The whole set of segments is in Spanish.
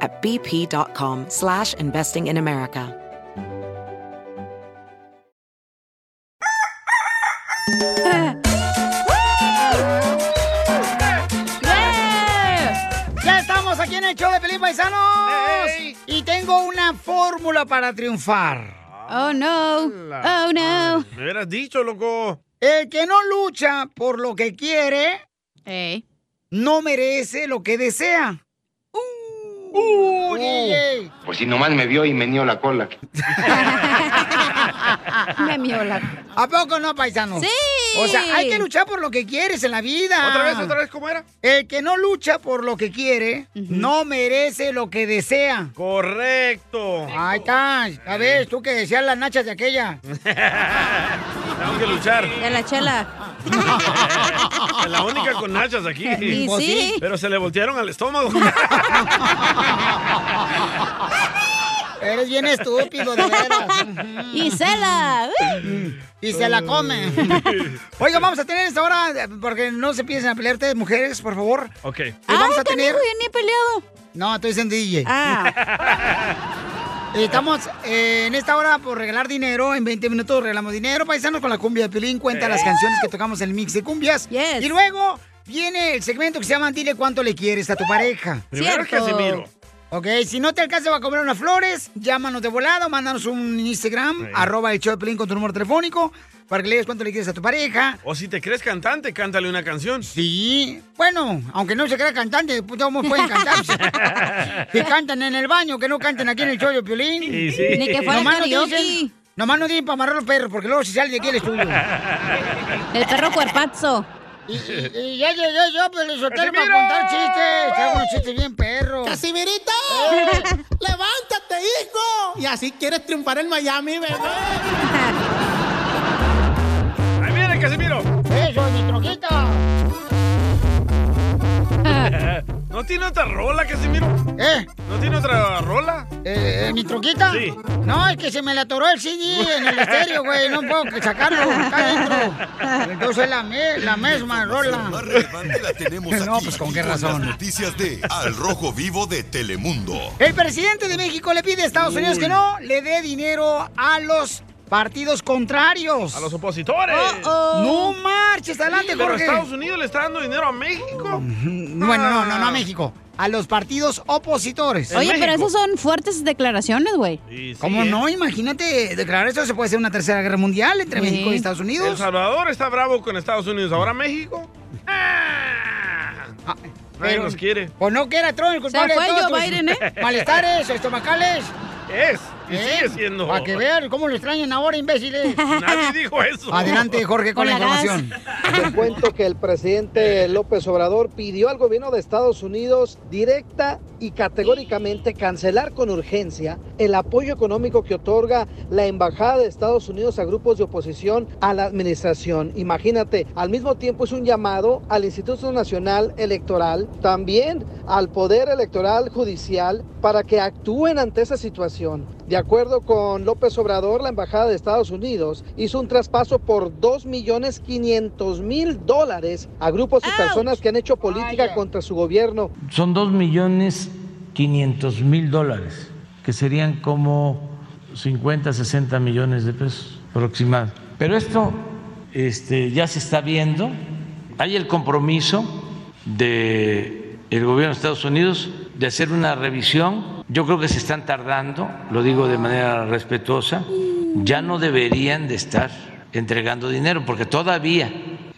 at bp.com slash investing in America. ¡Eh! ¡Ya estamos aquí en el show de Pelín Paisanos! Y tengo una fórmula para triunfar. Oh no. Oh no. Me hubieras dicho, loco. El que no lucha por lo que quiere, Ey. no merece lo que desea. ¡Uh, DJ! Pues si nomás me vio y me nió la cola. Me mió la. ¿A poco no, paisano? ¡Sí! O sea, hay que luchar por lo que quieres en la vida. ¿Otra vez, otra vez cómo era? El que no lucha por lo que quiere, no merece lo que desea. Correcto. Ahí está. A ver, tú que deseas las nachas de aquella. Tengo que luchar. De la chela. Es la única con nachas Y aquí. Pues sí. sí. Pero se le voltearon al estómago. Eres bien estúpido, de veras. Y cela. Uh. Y se la come. Oiga, vamos a tener esta hora, porque no se piensen a pelearte, mujeres, por favor. ok. Y vamos a tener. canijo, yo ni he peleado. No, estoy diciendo DJ. Ah. Estamos eh, en esta hora por regalar dinero. En 20 minutos regalamos dinero. Paisanos con la cumbia de Pelín. Cuenta las canciones que tocamos en el mix de cumbias. Eh. Yes. Y luego viene el segmento que se llama Dile cuánto le quieres a tu pareja. Primero Uh, Cierto. Casimiro. Ok, si no te alcanza a comprar unas flores, llámanos de volado, mándanos un Instagram, Sí. arroba el show de Pelín con tu número telefónico, para que le digas cuánto le quieres a tu pareja. Oh. O si te crees cantante, cántale una canción. Sí, bueno, aunque no se crea cantante, pues, todos pueden cantar. que cantan en el baño, que no canten aquí en el show de Piolín. Sí, sí. Ni que fuera Nomás no karaoke. dicen, nomás no dicen para amarrar los perros, porque luego se sale de aquí el estudio. El perro cuerpazo. Y, y- y ya llegué yo, Piolín Ah, pues, Sotelo, para ¡Casimiro! contar chistes. Traigo unos chistes bien perros. ¡Casimirito! ¡Levántate, hijo! Y así quieres triunfar en Miami, bebé. Ahí viene Casimiro. ¡Eso, mi troquita! ¿No tiene otra rola, Casimiro? ¿Eh? ¿No tiene otra rola? Eh, eh, ¿Mi troquita? Sí. No, es que se me le atoró el CD en el estéreo, güey. No puedo sacarlo, está adentro. Entonces la, me- la misma Más rola. relevante la tenemos aquí. No, pues, ¿con qué razón? Las noticias de Al Rojo Vivo de Telemundo. El presidente de México le pide a Estados Unidos que no le dé dinero a los partidos contrarios. Oh, A los opositores. No marches, Sí, adelante, pero Jorge. Estados Unidos le está dando dinero a México. Bueno, no, no, no a México. A los partidos opositores. En Ah. Oye, pero México. esas son fuertes declaraciones, güey. Sí, sí, ¿Cómo eh. no? Imagínate, declarar eso se puede hacer una tercera guerra mundial entre Sí. México y Estados Unidos. El Salvador está bravo con Estados Unidos. Ahora México. ¡Ah! Ah, Nadie pero- nos quiere. Pues no que era Trump el culpable Se fue de todos Joe tus Biden, ¿eh? malestares estomacales. ¿Eh? Es. Y sigue siendo. Para que vean cómo lo extrañan ahora, imbéciles. Nadie dijo eso. Adelante, Jorge, con la Con la gas. información. Te cuento que el presidente López Obrador pidió al gobierno de Estados Unidos directa y categóricamente cancelar con urgencia el apoyo económico que otorga la embajada de Estados Unidos a grupos de oposición a la administración. Imagínate, al mismo tiempo es un llamado al Instituto Nacional Electoral, también al Poder Electoral Judicial para que actúen ante esa situación. De acuerdo con López Obrador, la Embajada de Estados Unidos hizo un traspaso por 2.500.000 dólares a grupos y personas que han hecho política Vaya. contra su gobierno. Son 2 millones 500 mil dólares, que serían como 50, 60 millones de pesos aproximados. Pero esto este, ya se está viendo. Hay el compromiso del el gobierno de Estados Unidos de hacer una revisión Yo creo que se están tardando, lo digo de manera respetuosa, ya no deberían de estar entregando dinero porque todavía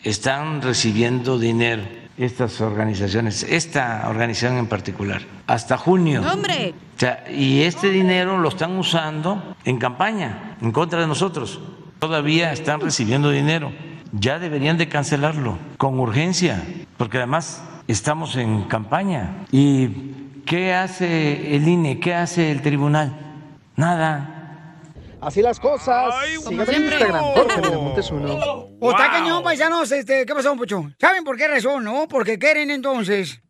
están recibiendo dinero estas organizaciones, esta organización en particular, hasta junio. ¡Hombre! O sea, y este dinero lo están usando en campaña, en contra de nosotros. Todavía están recibiendo dinero. Ya deberían de cancelarlo con urgencia, porque además estamos en campaña. ¿Y qué hace el INE? ¿Qué hace el tribunal? Nada. Así las cosas. Sígueme en Instagram, Jorge Miramontes uno. Oh, O está cañón, paisanos, este, ¿qué pasó, Pocho? ¿Saben por qué razón, no? Porque quieren entonces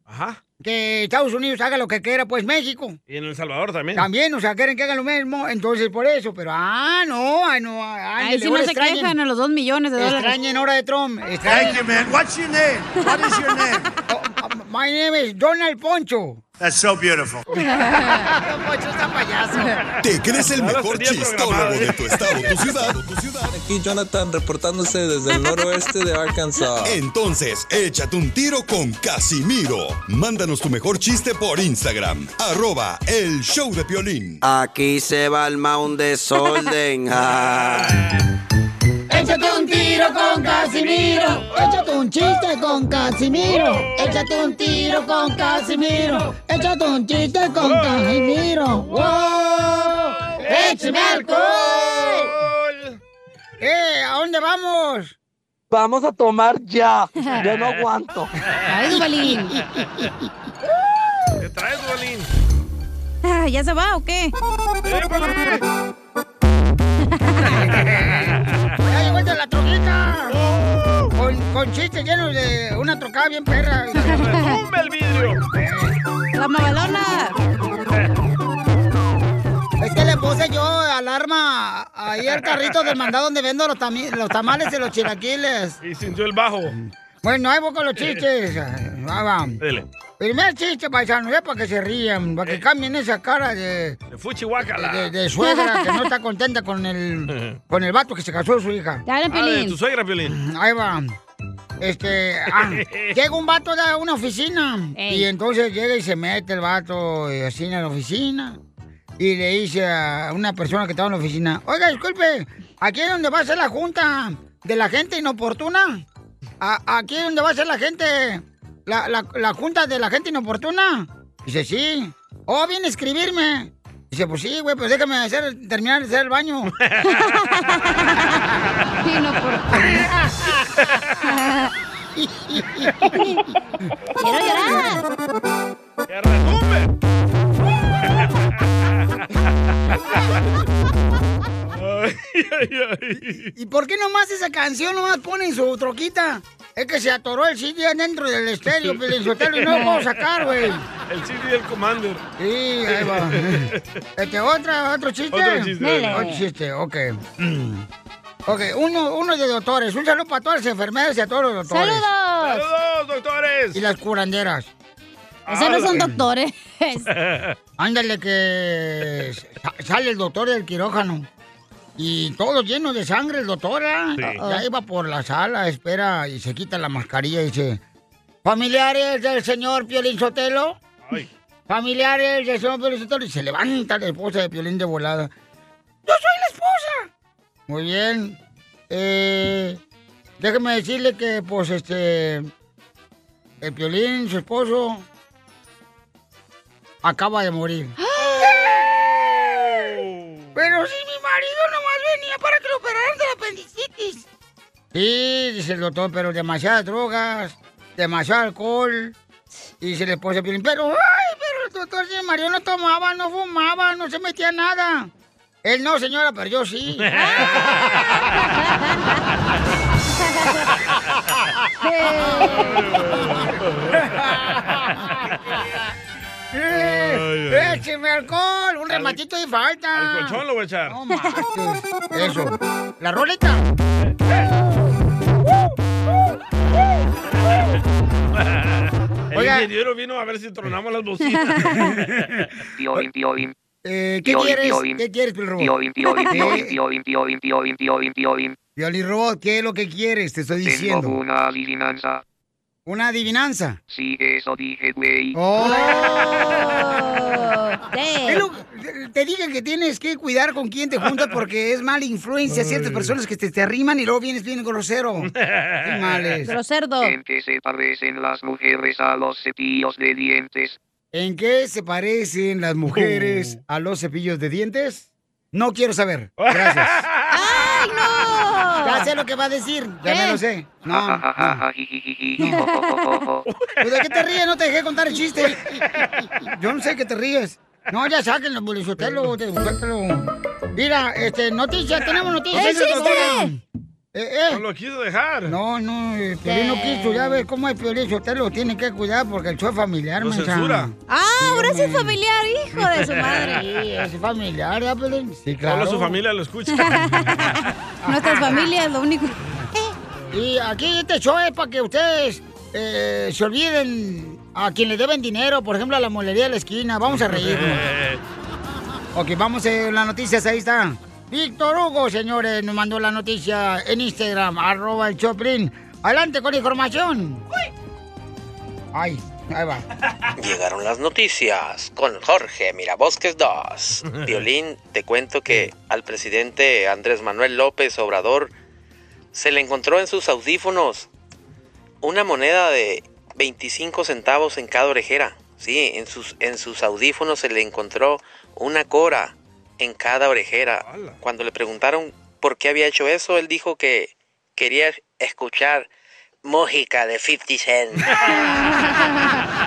que Estados Unidos haga lo que quiera, pues México. Y en El Salvador también. También, o sea, quieren que hagan lo mismo, entonces por eso, pero ah, no, ah, no, ah, Ahí sí no se quejan a los dos millones de dólares. Extrañen hora de Trump. Thank you, man. What's your name? What is your name? Oh, um, my name is Donald Poncho. That's so beautiful. Don Poncho está payaso. ¿Te crees el mejor chistólogo ¿eh? de tu estado, tu ciudad? Aquí Jonathan reportándose desde el noroeste de Arkansas. Entonces, échate un tiro con Casimiro. Mándanos tu mejor chiste por Instagram, arroba el show de Piolín. Aquí se va el mound desorden. Échate un tiro con Casimiro. Échate un chiste con Casimiro. Échate un tiro con Casimiro. Échate un chiste con Casimiro. ¡Wow! ¡Échame alcohol! ¡Eh! ¿A dónde vamos? Vamos a tomar ya. Yo no aguanto. Ay, Balín. ¿Qué traes, Duvalín? Ah, ¿Ya se va o qué? ¡Ya llegó el de la troquita! Con, con chistes llenos de una trocada bien perra. Eh. ¡Tumba el vidrio! ¡La mamalona! Es que le puse yo alarma ahí al carrito del mandado donde vendo los, tami- los tamales y los chilaquiles. Y sintió el bajo. Bueno, ahí voy con los chistes. Ah, va. Dele. Primer chiste, paisano, ya para que se rían, para Eh. que cambien esa cara de, De fuchihuacala. de- de suegra que no está contenta con el, con el vato que se casó de su hija. Mm, Ah, de tu suegra, Piolín. Ahí va. Este, ah, llega un vato de una oficina y entonces llega y se mete el vato y así en la oficina y le dice a una persona que estaba en la oficina, oiga, disculpe, aquí es donde va a ser la junta de la gente inoportuna. ¿A- aquí es donde va a ser la gente, la, la- la junta de la gente inoportuna. Dice, sí. Oh, viene a escribirme. Dice, pues sí, güey, pues déjame hacer, terminar de hacer el baño. ¡Quiero llorar! ¿Y por qué nomás esa canción nomás ponen su troquita? Es que se atoró el CD dentro del estéreo, pues, Pilinchotelo, y no lo puedo sacar, güey. El CD del Commander. Sí, ahí va. Este, otra, otro chiste. Otro chiste, dale. Otro chiste, Eh, ok. Mm. Ok, uno, uno de doctores. Un saludo para todas las enfermeras y a todos los doctores. ¡Saludos! ¡Saludos, doctores! Y las curanderas. Esos no son doctores. Ándale que sa- sale el doctor del quirófano. Y todo lleno de sangre el doctor, ¿ah? Sí. Ya iba por la sala, espera, y se quita la mascarilla y dice... ¿Familiares del señor Piolín Sotelo? Ay. ¿Familiares del señor Piolín Sotelo? Y se levanta la esposa de Piolín de volada. ¡Yo soy la esposa! Muy bien. Eh, déjeme decirle que, pues, este... El Piolín, su esposo... Acaba de morir. Pero si mi marido nomás venía para que lo operaran de la apendicitis. Sí, dice el doctor, pero demasiadas drogas, demasiado alcohol. Y dice la esposa, pero, ay, pero el doctor, si mi marido no tomaba, no fumaba, no se metía nada. Él no, señora, pero yo sí. Ay, ¡Eh! ay. ¡Écheme alcohol! ¡Un rematito y falta! Al colchón lo voy a echar. No marches. Eso. La roleta. El Oiga. ingeniero vino a ver si tronamos las bocinas. Piolín, piolín. Eh, ¿Qué Piolín, quieres? piolín. ¿Qué quieres, Piolín Robot? Piolín, piolín, piolín, Eh, piolín, piolín, piolín, piolín, piolín. Piolín Robot, ¿qué es lo que quieres? Te estoy Tengo diciendo. una adivinanza. Una adivinanza. Sí, eso dije, güey. Es lo- te dije que tienes que cuidar con quién te juntas porque es mala influencia ciertas personas que te, te arriman y luego vienes bien grosero. Qué males. ¿En qué se parecen las mujeres a los cepillos de dientes? ¿En qué se parecen las mujeres a los cepillos de dientes? No quiero saber. Gracias. ¡Ay, no! Ya sé lo que va a decir. Ya me lo sé. No. Pues, ¿De qué te ríes? No te dejé contar el chiste. Yo no sé que te ríes. No, ya sáquenlo, Bulisotelo, te búscatelo. Mira, este, noticias, tenemos noticias. ¡El chiste! No lo quiso dejar. Eh, No, no, el Piolín no quiso, ya ves cómo el Piolín Sotelo tiene que cuidar porque el show es familiar, Lo mensa. censura. Ah, ahora sí es familiar, hijo de su Sí, madre. es familiar, ¿ya, Piolín? Sí, Solo su claro. familia lo escucha. Nuestras familias, lo único. Y aquí este show es para que ustedes eh, se olviden a quien le deben dinero, por ejemplo, a la molería de la esquina. Vamos a reírnos. Ok, vamos a las noticias, ahí está. Víctor Hugo, señores, nos mandó la noticia en Instagram, arroba el Choplin. Adelante con la información. Ay, ahí va. Llegaron las noticias con Jorge Mirabosques 2. Violín, te cuento que al presidente Andrés Manuel López Obrador se le encontró en sus audífonos una moneda de 25 centavos en cada orejera. Sí, en sus, en sus audífonos se le encontró una cora en cada orejera. Cuando le preguntaron por qué había hecho eso, él dijo que quería escuchar música de 50 Cent.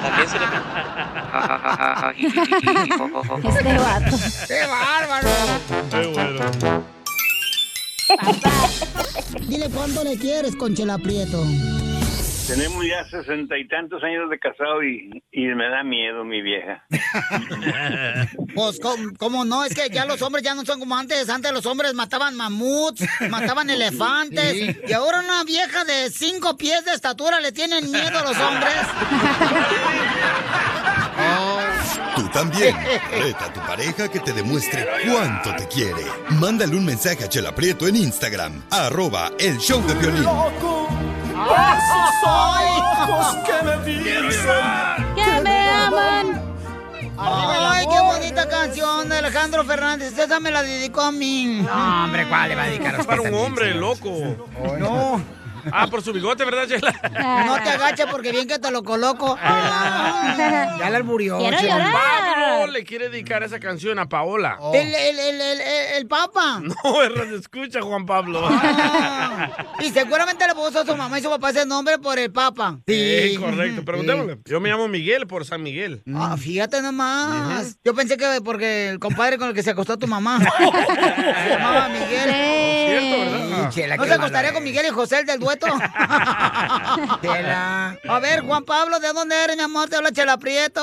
También se le Este vato. ¡Qué bárbaro! Qué bueno. Dile cuánto le quieres, Conchela Prieto. Tenemos ya sesenta y tantos años de casado y, y me da miedo mi vieja. Pues, ¿cómo, cómo no? Es que ya los hombres ya no son como antes. Antes los hombres mataban mamuts, mataban elefantes. Sí. Y ahora una vieja de cinco pies de estatura le tienen miedo a los hombres. Oh. Tú también. Reta a tu pareja que te demuestre cuánto te quiere. Mándale un mensaje a Chela Prieto en Instagram, arroba el show de violín. que me ¡Que me aman! ¡Ay, qué bonita canción de Alejandro Fernández! Esa me la dedicó a mí. No, hombre, ¿cuál le va a dedicar a usted Para un también, hombre, loco. No. Ah, por su bigote, ¿verdad, Chela? No te agaches porque bien que te lo coloco. Ya la alburió. El Chela. Oh. Pablo le quiere dedicar esa canción a Paola. El, el, el, el, el- el papa. No, Hernán, escucha, Juan Pablo. Ah, Y seguramente le puso a su mamá y su papá ese nombre por el papa. Mm. Sí, correcto. Preguntémosle. Yo me llamo Miguel por San Miguel. Ah, fíjate nomás. Yo pensé que porque el compadre con el que se acostó tu mamá. se llamaba Miguel. ¿verdad? Sí, chela, Ah. ¿No qué se mala acostaría con Miguel y José el del dueto? Chela. A ver, Juan Pablo, ¿de dónde eres, mi amor? Te habla Chela Prieto.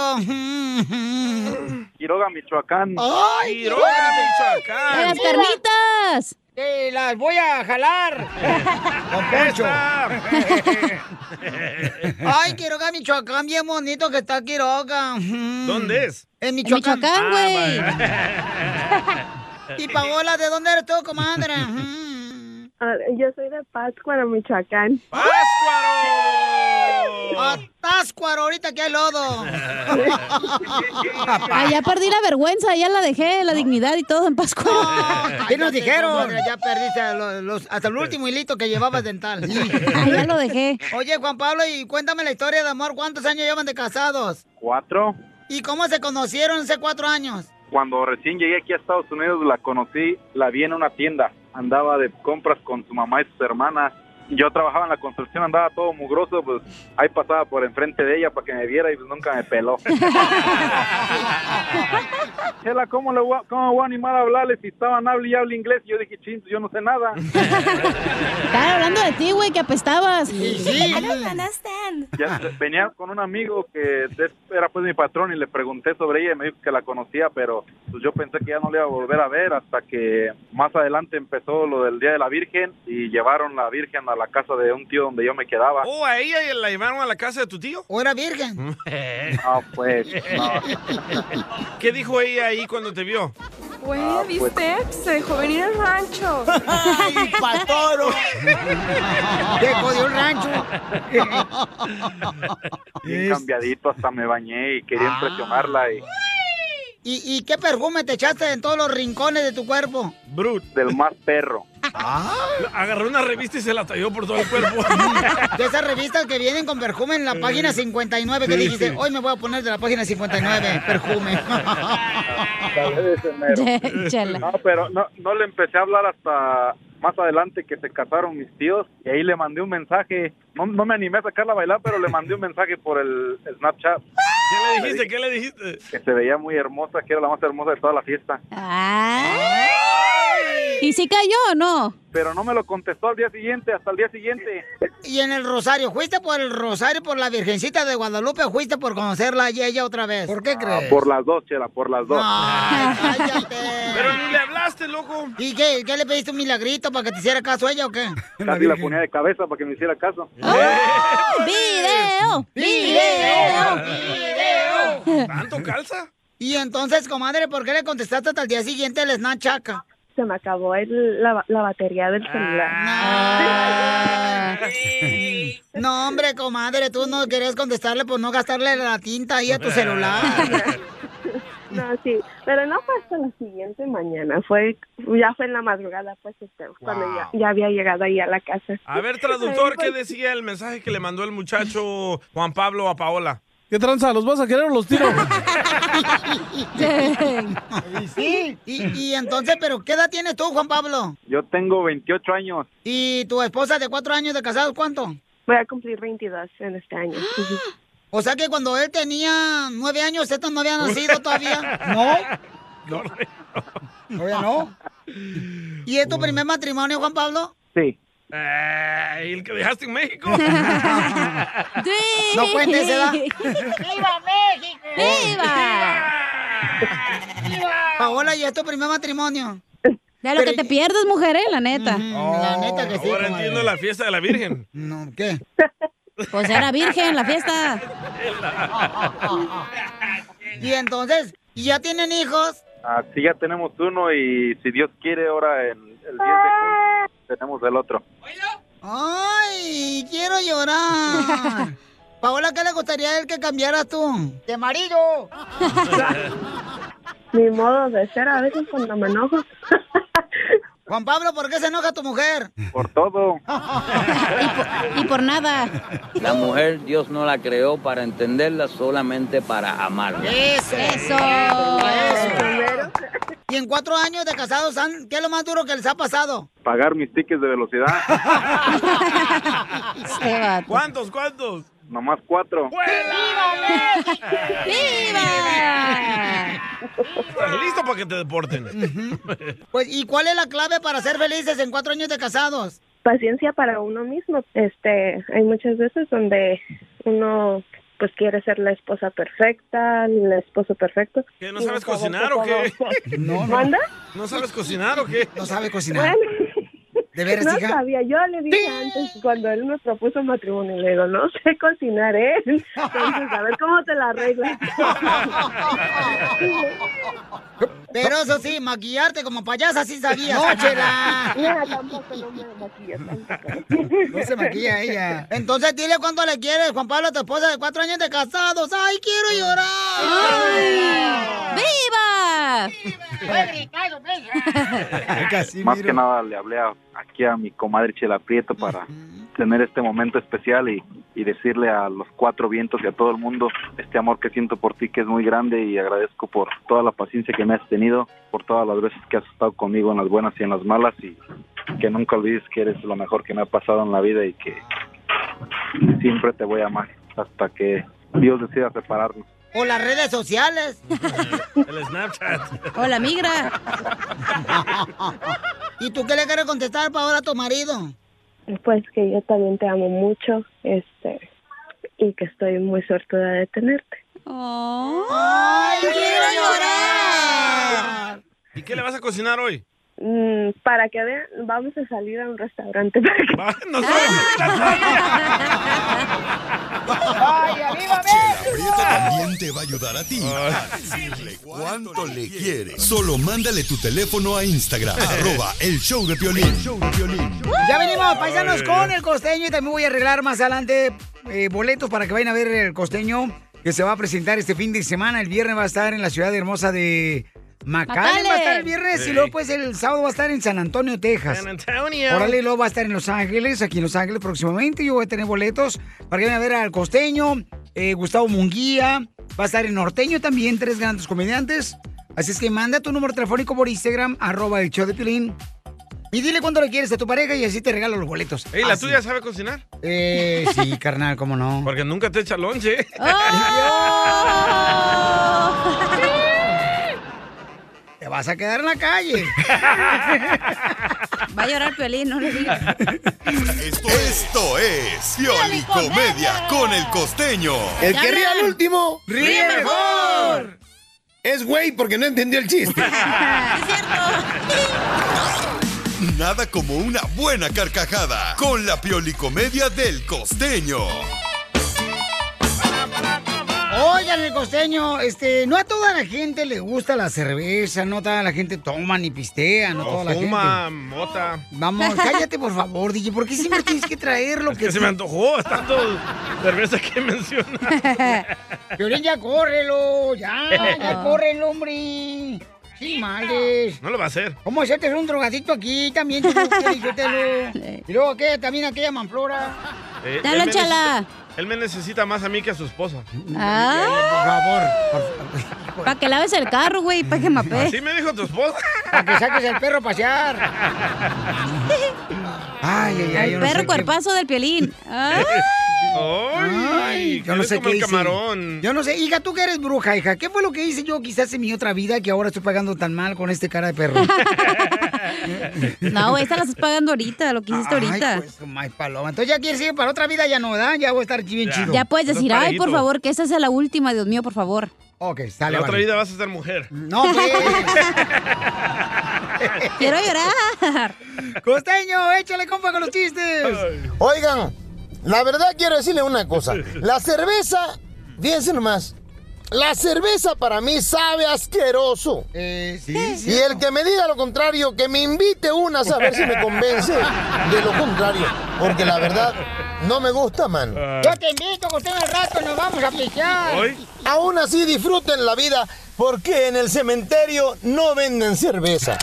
Quiroga, Michoacán. ¡Ay! Quiroga, Michoacán! ¡De las carnitas! ¡Te las voy a jalar! ¡Con Poncho! ¡Ay, Quiroga, Michoacán! Bien bonito que está Quiroga. ¿Dónde es? En Michoacán. Ah, güey. vale. y Paola, ¿de dónde eres tú, comadre? Ujú. Ah, Yo soy de Pátzcuaro, Michoacán. ¡A Táscuaro, ahorita que hay lodo! Ah, ya perdí la vergüenza, ya la dejé, la dignidad y todo en Pascua. ¿Qué nos dijeron? Ya perdiste los- los- hasta el último hilito que llevabas dental. Ah, ya lo dejé. Oye, Juan Pablo, y cuéntame la historia de amor. ¿Cuántos años llevan de casados? Cuatro. ¿Y cómo se conocieron hace cuatro años? Cuando recién llegué aquí a Estados Unidos la conocí, la vi en una tienda. Andaba de compras con su mamá y sus hermanas. Yo trabajaba en la construcción, andaba todo mugroso, pues ahí pasaba por enfrente de ella para que me viera y pues nunca me peló. Chela, ¿cómo, le voy a, ¿cómo voy a animar a hablarle si estaban hable y hable inglés? Y yo dije, ching, yo no sé nada. Estaban hablando de ti, güey, que apestabas. sí. I don't understand. Ya venía con un amigo que de- era pues mi patrón y le pregunté sobre ella y me dijo que la conocía, pero pues yo pensé que ya no le iba a volver a ver hasta que más adelante empezó lo del Día de la Virgen y llevaron la Virgen a a la casa de un tío donde yo me quedaba. ¿O Oh, a ella y la llevaron a la casa de tu tío? ¿O era virgen? No, pues, no. ¿Qué dijo ella ahí cuando te vio? Güey, ¿viste? Se dejó venir al rancho. ¡Ay, pa' toro! Dejó de un rancho. Bien cambiadito, hasta me bañé y quería impresionarla y... ¿Y, y qué perfume te echaste en todos los rincones de tu cuerpo? Brut. Del más perro. Ah. Agarró una revista y se la talló por todo el cuerpo. De esas revistas que vienen con perfume en la página 59 que Sí, dijiste, sí. hoy me voy a poner de la página 59, perfume. Tal vez en enero. Chela. eh, No, pero no, no le empecé a hablar hasta más adelante que se casaron mis tíos y ahí le mandé un mensaje. No, no me animé a sacarla a bailar, pero le mandé un mensaje por el Snapchat. ¿Qué le dijiste? ¿Qué le dijiste? Que se veía muy hermosa, que era la más hermosa de toda la fiesta. ¿Y si cayó o no? Pero no me lo contestó al día siguiente, hasta el día siguiente. Y en el Rosario, ¿fuiste por el Rosario, por la Virgencita de Guadalupe o fuiste por conocerla y ella otra vez? ¿Por qué Ah, por las dos, Chela, por las dos. Pero ni le hablaste, loco. ¿Y qué? ¿Qué le pediste un milagrito para que te hiciera caso a ella o qué? Casi la ponía de cabeza para que me hiciera caso. ¡Video! ¡Video! ¡Video! ¿Tanto calza? Y entonces, comadre, ¿por qué le contestaste hasta el día siguiente el Snapchaca? Se me acabó el- la, la batería del celular. Ah. No, hombre, comadre, tú no querías contestarle por no gastarle la tinta ahí a tu celular. No, sí, pero no fue hasta la siguiente mañana, fue ya fue en la madrugada, pues este, cuando ya, ya había llegado ahí a la casa. A ver, traductor, Ahí ¿qué fue- decía el mensaje que le mandó el muchacho Juan Pablo a Paola? ¿Qué tranza? ¿Los vas a querer o los tiro? Sí. Y, y entonces, ¿pero qué edad tienes tú, Juan Pablo? Yo tengo 28 años. ¿Y tu esposa de cuatro años de casados cuánto? Voy a cumplir 22 en este año. Ujú. O sea que cuando él tenía nueve años, estos no habían nacido todavía. No, Todavía no. ¿Y es tu primer matrimonio, Juan Pablo? Sí. Eh, ¿Y el que dejaste en México? No cuentes, ¿verdad? ¡Viva México! ¡Viva! Paola, ¿y es tu primer matrimonio? De lo que te pierdes, mujer, eh, la neta. la neta que sí. Ahora entiendo la fiesta de la Virgen. No, ¿qué? Oh. Pues era virgen la fiesta. Y entonces, ¿y ya tienen hijos? Así ya tenemos uno y si Dios quiere, ahora en el 10 de junio tenemos el otro. ¡Ay, quiero llorar! Paola, ¿qué le gustaría a él que cambiaras tú? ¡De amarillo! Mi modo de ser a veces cuando me enojo. Juan Pablo, ¿por qué se enoja tu mujer? Por todo. Y por nada. La mujer Dios no la creó para entenderla, solamente para amarla. Eso. Eso. Eso. Y en cuatro años de casados, han- ¿qué es lo más duro que les ha pasado? Pagar mis tickets de velocidad. ¿Cuántos, cuántos? Nomás cuatro. ¡Viva! ¿Estás listo para que te Mm. deporten? Pues, ¿y cuál es la clave para ser felices en cuatro años de casados? Paciencia para uno mismo. Este, hay muchas veces donde uno pues quiere ser la esposa perfecta, el esposo perfecto. ¿Qué, ¿No sabes cocinar o qué? No, ¿Manda? ¿No sabes cocinar o qué? No sabe cocinar. Bueno, ¿De no sabía, yo le dije antes cuando él me propuso matrimonio, le digo, no sé cocinar, ¿eh? Entonces, a ver cómo te la arreglas. Pero eso sí, maquillarte como payasa sí sabías. No, chela! No, tampoco, no me maquillo tampoco. No se maquilla ella. Entonces dile cuánto le quieres, Juan Pablo, a tu esposa de cuatro años de casados. ¡Ay, quiero llorar! ¡Viva! Más que nada le hablé a- aquí a mi comadre Chela Prieto para tener este momento especial y, y decirle a los cuatro vientos y a todo el mundo este amor que siento por ti que es muy grande y agradezco por toda la paciencia que me has tenido, por todas las veces que has estado conmigo en las buenas y en las malas y que nunca olvides que eres lo mejor que me ha pasado en la vida y que siempre te voy a amar hasta que Dios decida separarnos. O las redes sociales. El Snapchat. O la migra. ¿Y tú qué le quieres contestar para ahora a tu marido? Pues que yo también te amo mucho, este, y que estoy muy sortuda de tenerte. ¡Ay, Oh. quiero llorar! ¿Y qué le vas a cocinar hoy? Mm, para que vean, vamos a salir a un restaurante. para que- ¡Ay, arriba, También te va a ayudar a ti a decirle cuánto le quiere. Solo mándale tu teléfono a Instagram, arroba el show de Piolín. Ya venimos, paisanos, Ay, ay, con ay. el costeño y también voy a arreglar más adelante eh, boletos para que vayan a ver el costeño que se va a presentar este fin de semana. El viernes va a estar en la ciudad hermosa de Macallen, Macallen. va a estar el viernes Sí. y luego pues el sábado va a estar en San Antonio, Texas. San Antonio. Órale, luego va a estar en Los Ángeles, aquí en Los Ángeles próximamente. Yo voy a tener boletos para que vayan a ver al costeño, eh, Gustavo Munguía, va a estar en Norteño también, tres grandes comediantes. Así es que manda tu número telefónico por Instagram, arroba el show de Piolín. Y dile cuánto le quieres a tu pareja y así te regalo los boletos. Ey, ¿la Así. tuya sabe cocinar? Eh, sí, carnal, cómo no. Porque nunca te echa lonche. Te vas a quedar en la calle. Va a llorar Piolín, no le digas. Esto es Pioli Comedia con el costeño. El que ríe al último, ríe mejor. Es güey porque no entendió el chiste. Nada como una buena carcajada con la Pioli Comedia del costeño. Oigan, el costeño, este, no a toda la gente le gusta la cerveza, no toda la gente toma ni pistea, no, O toda la fuma, gente. mota. Vamos, cállate por favor, DJ, ¿por qué siempre tienes que traer lo que, Que se me antojó, es tanto cerveza que menciona. Piolín, ya córrelo, ya, ya córrelo, hombre. Sí, males. No lo va a hacer. ¿Cómo hacerte un drogadicto aquí también, tú, Piolín, suéltelo? Y luego, ¿qué? También aquella manflora. Eh, Dale, él me chala. necesita- Él me necesita más a mí que a su esposa. Ah. Por Para que laves el carro, güey, para que mapee. Así me dijo tu esposa. Para que saques el perro a pasear. Ay, ay, ay. yo el no sé perro qué- cuerpazo del Piolín. Ay. Ay, yo no eres sé como el qué hice. camarón. Yo no sé, hija, tú que eres bruja, hija. ¿Qué fue lo que hice yo quizás en mi otra vida que ahora estoy pagando tan mal con este cara de perro? No, güey, esta la estás pagando ahorita, lo que hiciste Ay, ahorita. pues, my paloma. Entonces ya quieres ir para otra vida, ya no, ¿verdad? Ya voy a estar bien chido. Ya puedes decir, ay, por favor, que esa sea la última, Dios mío, por favor. Ok, La sale. otra vale. vida vas a ser mujer. No, pues. Quiero llorar. Costeño, échale compa con los chistes. Oigan, la verdad quiero decirle una cosa. La cerveza, fíjense nomás. La cerveza para mí sabe asqueroso. Eh, y el que me diga lo contrario, que me invite una a ver si me convence de lo contrario. Porque la verdad, no me gusta, man. Yo te invito, Costeño, al rato nos vamos a pichar. Aún así disfruten la vida porque en el cementerio no venden cerveza.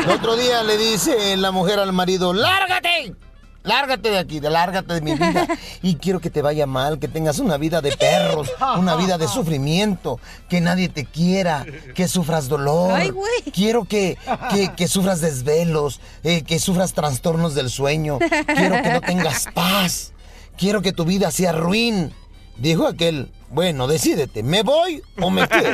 El otro día le dice la mujer al marido, lárgate. Lárgate de aquí, de- lárgate de mi vida. Y quiero que te vaya mal, que tengas una vida de perros, una vida de sufrimiento, que nadie te quiera, que sufras dolor. Ay, güey. Quiero que, que, que sufras desvelos, eh, que sufras trastornos del sueño. Quiero que no tengas paz. Quiero que tu vida sea ruin. Dijo aquel, bueno, decídete, ¿me voy o me quedo?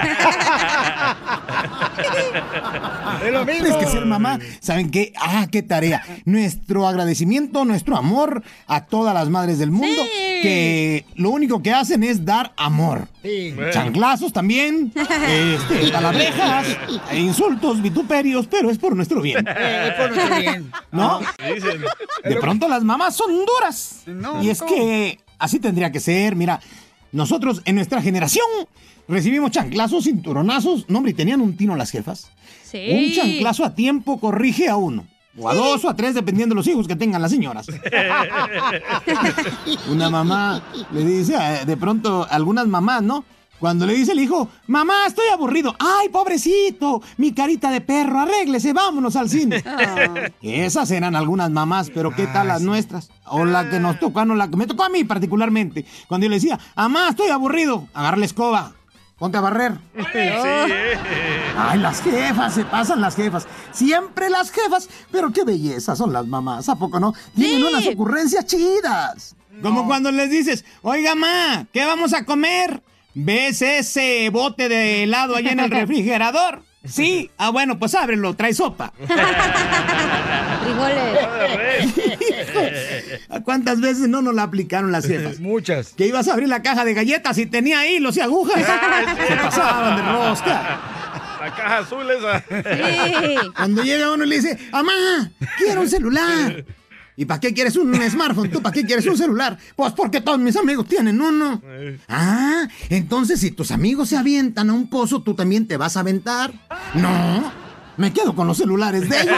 Tienes que ser mamá. ¿Saben qué? Ah, qué tarea. Nuestro agradecimiento, nuestro amor a todas las madres del mundo que lo único que hacen es dar amor. Sí. Chanclazos también, este, taladrajas, e insultos, vituperios, pero es por nuestro bien. Eh, es por nuestro bien. Ah. ¿No? Dicen. De pronto las mamás son duras. No, y es no. que así tendría que ser. Mira, nosotros en nuestra generación recibimos chanclazos, cinturonazos. No, hombre, y tenían un tino las jefas. Sí. Un chanclazo a tiempo corrige a uno. O a dos o a tres, dependiendo de los hijos que tengan las señoras. Una mamá le dice, eh, de pronto, algunas mamás, ¿no? Cuando le dice el hijo, mamá, estoy aburrido. Ay, pobrecito, mi carita de perro, arréglese, vámonos al cine. Esas eran algunas mamás, pero ¿qué tal las nuestras? O la que nos tocó, no la que me tocó a mí particularmente. Cuando yo le decía, mamá, estoy aburrido, agarra la escoba, ponte a barrer. Ay, las jefas, se pasan las jefas. Siempre las jefas, pero qué belleza son las mamás, ¿a poco no? Tienen unas ocurrencias chidas. Como cuando les dices, oiga, ma, ¿qué vamos a comer? ¿Ves ese bote de helado allá en el refrigerador? Sí, ah, bueno, pues ábrelo, trae sopa. ¿Cuántas veces no nos la aplicaron las jefas? Muchas. Que ibas a Ah, abrir la caja de galletas y tenía hilos y agujas. Se pasaban de rosca. La caja azul esa. Cuando llega uno y le dice, mamá, quiero un celular. ¿Y para qué quieres un smartphone? ¿Tú para qué quieres un celular? Pues porque todos mis amigos tienen uno. Ah, entonces si tus amigos se avientan a un pozo, ¿tú también te vas a aventar? No, me quedo con los celulares de ellos.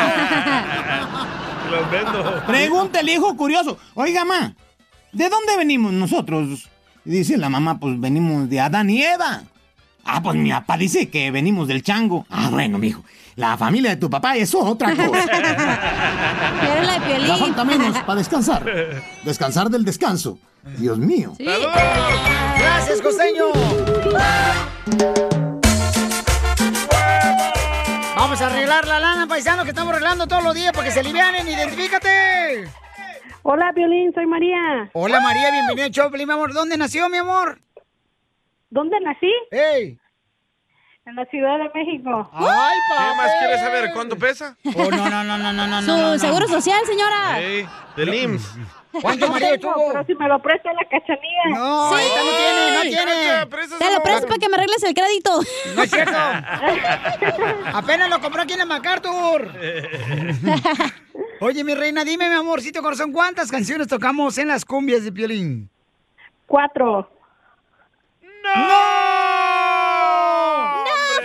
Los vendo. Pregunta el hijo curioso. Oiga, mamá, ¿de dónde venimos nosotros? Y dice la mamá, pues venimos de Adán y Eva. Ah, pues mi papá dice que venimos del chango. Ah, bueno, mijo. La familia de tu papá es otra cosa. Pero la de Piolín. La falta menos para descansar. Descansar del descanso. Dios mío. Gracias, costeño. Vamos a arreglar la lana, paisano, que estamos arreglando todos los días para que se alivianen. Identifícate. Hola, Violín, soy María. Hola, María, bienvenida al show, Piolín, mi amor. ¿Dónde nació, mi amor? ¿Dónde nací? ¡Ey! En la Ciudad de México. ¡Ay, papá! ¿Qué más quieres saber? ¿Cuánto pesa? Oh, no, no, no, no, no, no. Su no, no. seguro social, señora. Ey, del IMSS. mm, ¿Cuánto No marido tengo, tuvo? Pero si me lo presta la cachanilla. No, Sí. esta no tiene, no tiene. Te lo presto para que me arregles el crédito. No es cierto. Apenas lo compró aquí en el MacArthur. Oye, mi reina, dime, mi amorcito corazón, ¿cuántas canciones tocamos en las cumbias de Piolín? Cuatro. ¡No!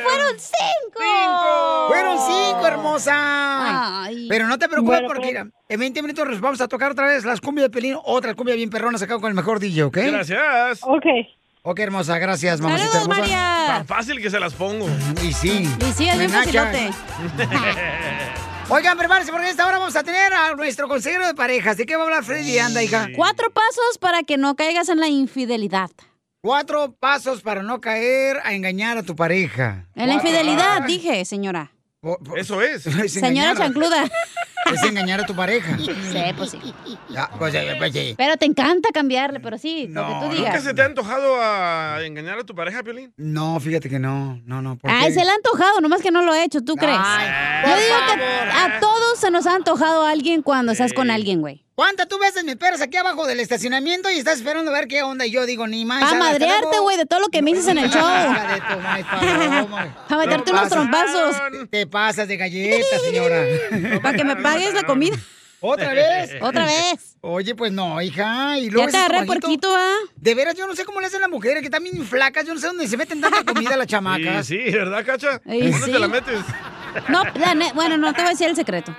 ¡Fueron cinco! Fueron cinco, hermosa. Ay. Pero no te preocupes Bueno, porque pues. mira, en 20 minutos nos vamos a tocar otra vez las cumbias de Piolín, otra cumbia bien perrona sacada con el mejor DJ, ¿ok? Gracias. Ok. Ok, hermosa, gracias, mamacita Saludos, hermosa. María. Tan fácil que se las pongo. Y sí. Y sí, es bien Menacha. facilote. Oigan, prepárense porque a esta hora vamos a tener a nuestro consejero de parejas. ¿De qué va a hablar Freddy? Anda, hija. Cuatro pasos para que no caigas en la infidelidad. Cuatro pasos para no caer a engañar a tu pareja. En la infidelidad, Ah. dije, señora. Eso es. Es Señora engañar- chancluda. Es engañar a tu pareja. Sí, pues sí. Ya, pues, eh, pues, sí. Pero te encanta cambiarle, pero sí, lo que tú ¿Nunca digas. se te ha antojado a engañar a tu pareja, Piolín? No, fíjate que no. No, no. ¿por qué? Ay, se le ha antojado, nomás que no lo he hecho, ¿tú crees? Yo digo que a todos se nos ha antojado a alguien cuando estás con alguien, güey. ¿Cuántas tú veces me esperas aquí abajo del estacionamiento y estás esperando a ver qué onda? Y yo digo, ni más. Para madrearte, güey, de todo lo que me dices en el show. Para Para meterte unos trompazos. Te pasas de galleta, señora. Para que me pagues la comida. ¿Otra vez? Otra vez. Oye, pues no, hija. Y luego Ya te ese agarré estomajito. puerquito, ¿ah? De veras, yo no sé cómo le hacen las mujeres, que están bien flacas. Yo no sé dónde se meten tanta comida las chamacas. Sí, sí, ¿verdad, Cacha? Ey, ¿Dónde sí. te la metes? No, la ne- bueno, no te voy a decir el secreto.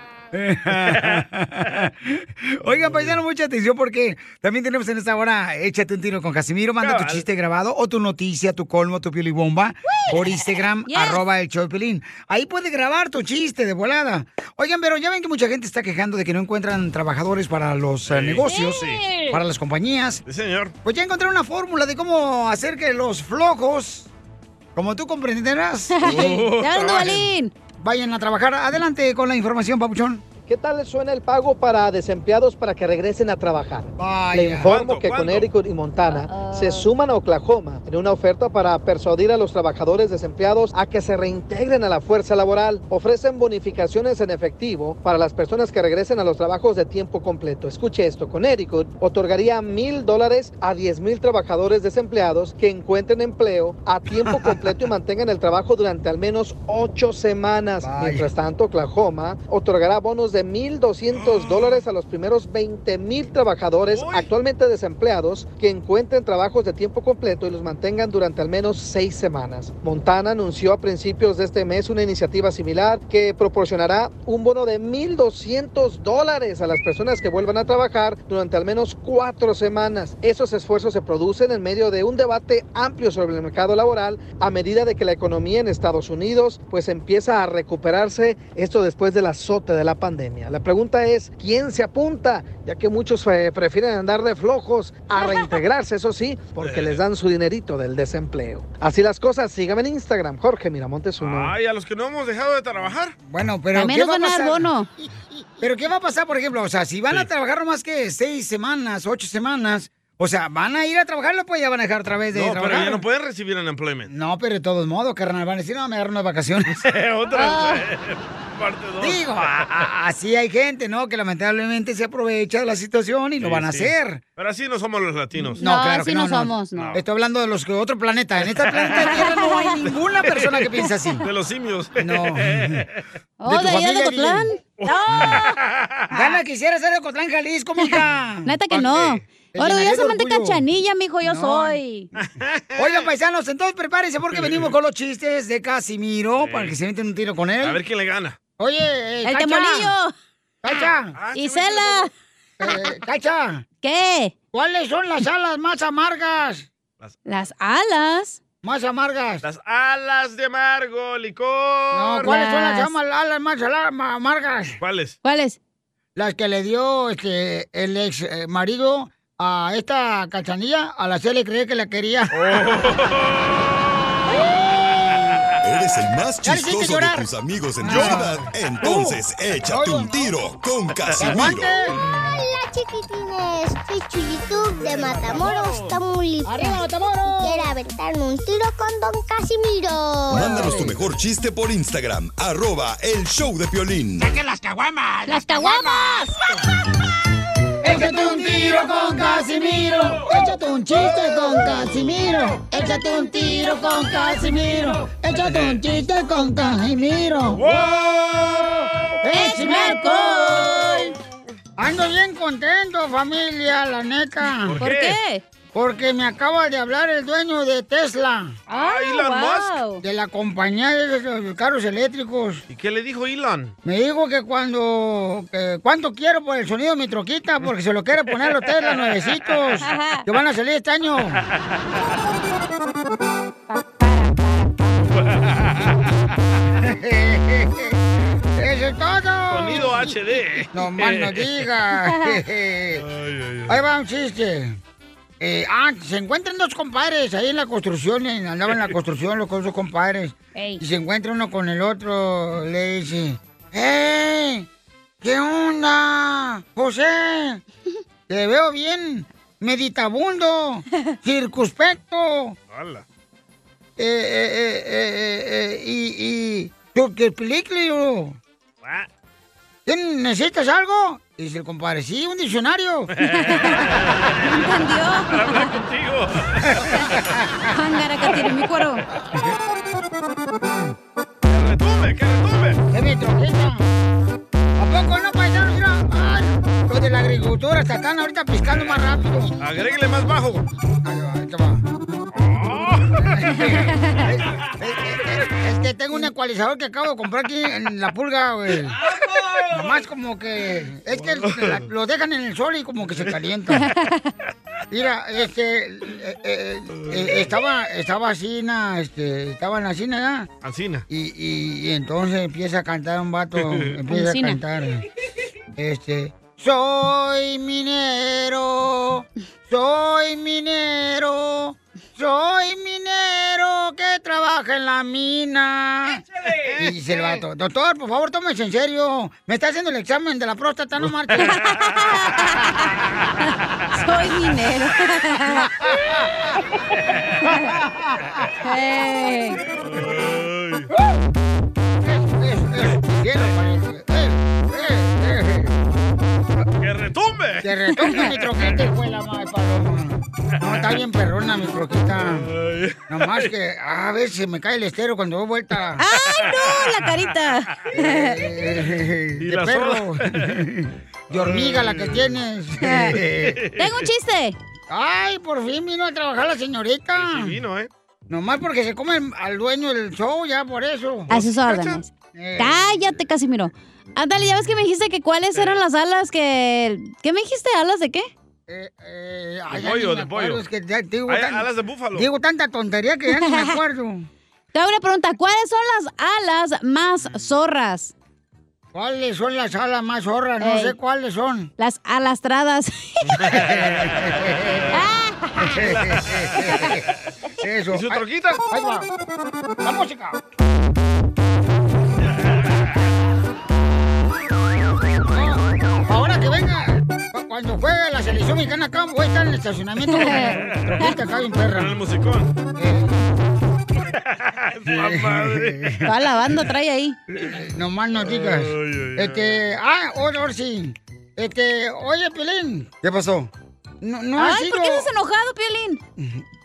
Oigan, paisano, mucha atención porque también tenemos en esta hora Échate un tiro con Casimiro. Manda tu Cabal. chiste grabado o tu noticia, tu colmo, tu piolibomba por Instagram, Yes. arroba el show de Piolín. Ahí puedes grabar tu chiste de volada. Oigan, pero ya ven que mucha gente está quejando de que no encuentran trabajadores para los eh, negocios, Sí. para las compañías. Sí, señor. Pues ya encontré una fórmula de cómo hacer que los flojos, como tú comprenderás, Te hablo, trabajen. Balín. vayan a trabajar. Adelante con la información, papuchón. ¿Qué tal les suena el pago para desempleados para que regresen a trabajar? Vaya. Le informo ¿Cuánto? que ¿Cuánto? Connecticut y Montana se suman a Oklahoma en una oferta para persuadir a los trabajadores desempleados a que se reintegren a la fuerza laboral. Ofrecen bonificaciones en efectivo para las personas que regresen a los trabajos de tiempo completo. Escuche esto, Connecticut otorgaría mil dólares a diez mil trabajadores desempleados que encuentren empleo a tiempo completo y mantengan el trabajo durante al menos ocho semanas. Vaya. Mientras Mientras tanto, Oklahoma otorgará bonos de 1.200 dólares a los primeros 20.000 trabajadores actualmente desempleados que encuentren trabajos de tiempo completo y los mantengan durante al menos seis semanas. Montana anunció a principios de este mes una iniciativa similar que proporcionará un bono de 1.200 dólares a las personas que vuelvan a trabajar durante al menos cuatro semanas. Esos esfuerzos se producen en medio de un debate amplio sobre el mercado laboral a medida de que la economía en Estados Unidos pues empieza a recuperarse esto después del azote de la pandemia. La pregunta es quién se apunta, ya que muchos eh, prefieren andar de flojos a reintegrarse, eso sí, porque les dan su dinerito del desempleo. Así las cosas, síganme en Instagram, Jorge Miramontes uno. Ay, a los que no hemos dejado de trabajar. Bueno, pero También ¿qué nos va a van a dar pasar? bono. Pero ¿qué va a pasar, por ejemplo? O sea, si van a trabajar no más que seis semanas, ocho semanas, o sea, ¿van a ir a trabajar o pues ya van a dejar otra vez de No, pero trabajar? ya no pueden recibir unemployment. No, pero de todos modos, carnal, van a decir, no, me agarro unas vacaciones. Otra. parte 2. Ah, Digo, a- a- así hay gente, ¿no? Que lamentablemente se aprovecha de la situación y lo Sí, van a sí. hacer. Pero así no somos los latinos. No, claro que no, no. Estoy hablando de los de otro planeta. En este planeta Tierra no hay ninguna persona que piensa así. De los simios. No. Oh, de allá de Cotlán. Gana, quisiera ser de Cotlán, Jalisco, mija. Neta que no. Orgullosamente cachanilla, mijo, yo No. soy. Oigan, paisanos, entonces prepárense porque venimos con los chistes de Casimiro para que se meten un tiro con él. A ver quién le gana. Ah, Oye, eh, El Cacha. temolillo. ¡Cacha! ¡Isela! Eh, ¡Cacha! ¿Qué? ¿Cuáles son las alas más amargas? Las alas. Más amargas. Las alas de amargo, licor. No, ¿cuáles son las ama- alas más ala- ma- amargas? ¿Cuáles? ¿Cuáles? Las que le dio este, el ex eh, marido a esta cachanilla, a la le creía que la quería. Eres el más Ya le hiciste chistoso de llorar. Uh, tus amigos en Navidad. Entonces, échate un tiro con Casimiro. Hola chiquitines, soy Chuyitub de Matamoros, Tamaulipas. ¡Arriba, Matamoros! Quiero aventarme un tiro con Don Casimiro. Mándanos tu mejor chiste por Instagram, arroba el show de Piolín. ¡Saquen las caguamas! ¡Las caguamas! Échate un tiro con Casimiro. Échate un chiste con Casimiro. Échate un tiro con Casimiro. Échate un chiste con Casimiro. ¡Wow! ¡Échame alcohol! Ando bien contento, familia, la neta. ¿Por ¿Por qué? qué? Porque me acaba de hablar el dueño de Tesla. Ah, Elon wow. Musk. De la compañía de los carros eléctricos. ¿Y qué le dijo Elon? Me dijo que cuando. que cuánto quiero por el sonido de mi troquita, porque se lo quiere poner a los Tesla nuevecitos. Que van a salir este año. ¡Eso es todo! Sonido HD. No más no digas. Ahí va un chiste. Eh, ah, se encuentran dos compadres ahí en la construcción, en- andaban en la construcción los dos compadres. Ey. Y se encuentra uno con el otro, le dice, ¡Ey! ¿Qué onda? José, te veo bien, meditabundo, circunspecto, Hala. eh, eh, eh, eh, eh, y, y, turquipliclio. ¿Tien- ¿Necesitas algo? Dice el compadre, sí, un diccionario. Para hablar contigo. mi cuero. Retume, que retume. ¡Es mi troquita! ¿A poco no, paisanos? Mira, ay, los de la agricultura hasta están ahorita piscando más rápido. Agréguele más bajo. Es que tengo un ecualizador que acabo de comprar aquí en la pulga, güey. Nomás como que. Es que la- lo dejan en el sol y como que se calienta. Mira, este. eh, eh, eh, estaba, estaba así, na, este, estaba en la cina ya. Ancina. Y, y, y entonces empieza a cantar un vato. Empieza Ancina. a cantar. Este. Soy minero, soy minero, soy minero que trabaja en la mina. Y dice el vato, doctor, por favor, tómese en serio. Me está haciendo el examen de la próstata, no marches. soy minero. ¡Que retumbe! Te retumbe mi troquete, fue la madre paloma. No, está bien perrona mi troquita. Nomás que a veces se me cae el estero cuando doy vuelta. Eh, ¡Ay, no! La carita. Y eh, de la perro. sola. De hormiga la que tienes. Tengo un chiste. Ay, por fin vino a trabajar la señorita. vino, ¿eh? Nomás porque se come al dueño del show, ya por eso. A sus órdenes. Eh. Cállate, Casimiro. Ándale, ya ves que me dijiste que cuáles eran las alas que. ¿Qué me dijiste? ¿Alas de qué? Eh, ay, ya pollo, ni de me acuerdo, pollo. es que ya digo Hay tan- alas de búfalo. Digo tanta tontería que ya ni me acuerdo. Te hago una pregunta. ¿Cuáles son las alas más zorras? ¿Cuáles son las alas más zorras? No Ey. sé cuáles son. Las alastradas. Eso. ¿Y su Ahí- troquita? Ahí va. La música. No, Ah, Ahora que venga, cu- cuando juegue la selección mexicana acá, voy a estar en el Eh. estacionamiento con la troquita acá bien perra. Con el musicón. madre. Toda la banda trae ahí. Nomás no digas. Este, ah, ahora sí. Este, oye, Piolín. ¿Qué pasó? No, no ha Ay, ¿por qué sido- estás enojado, Piolín?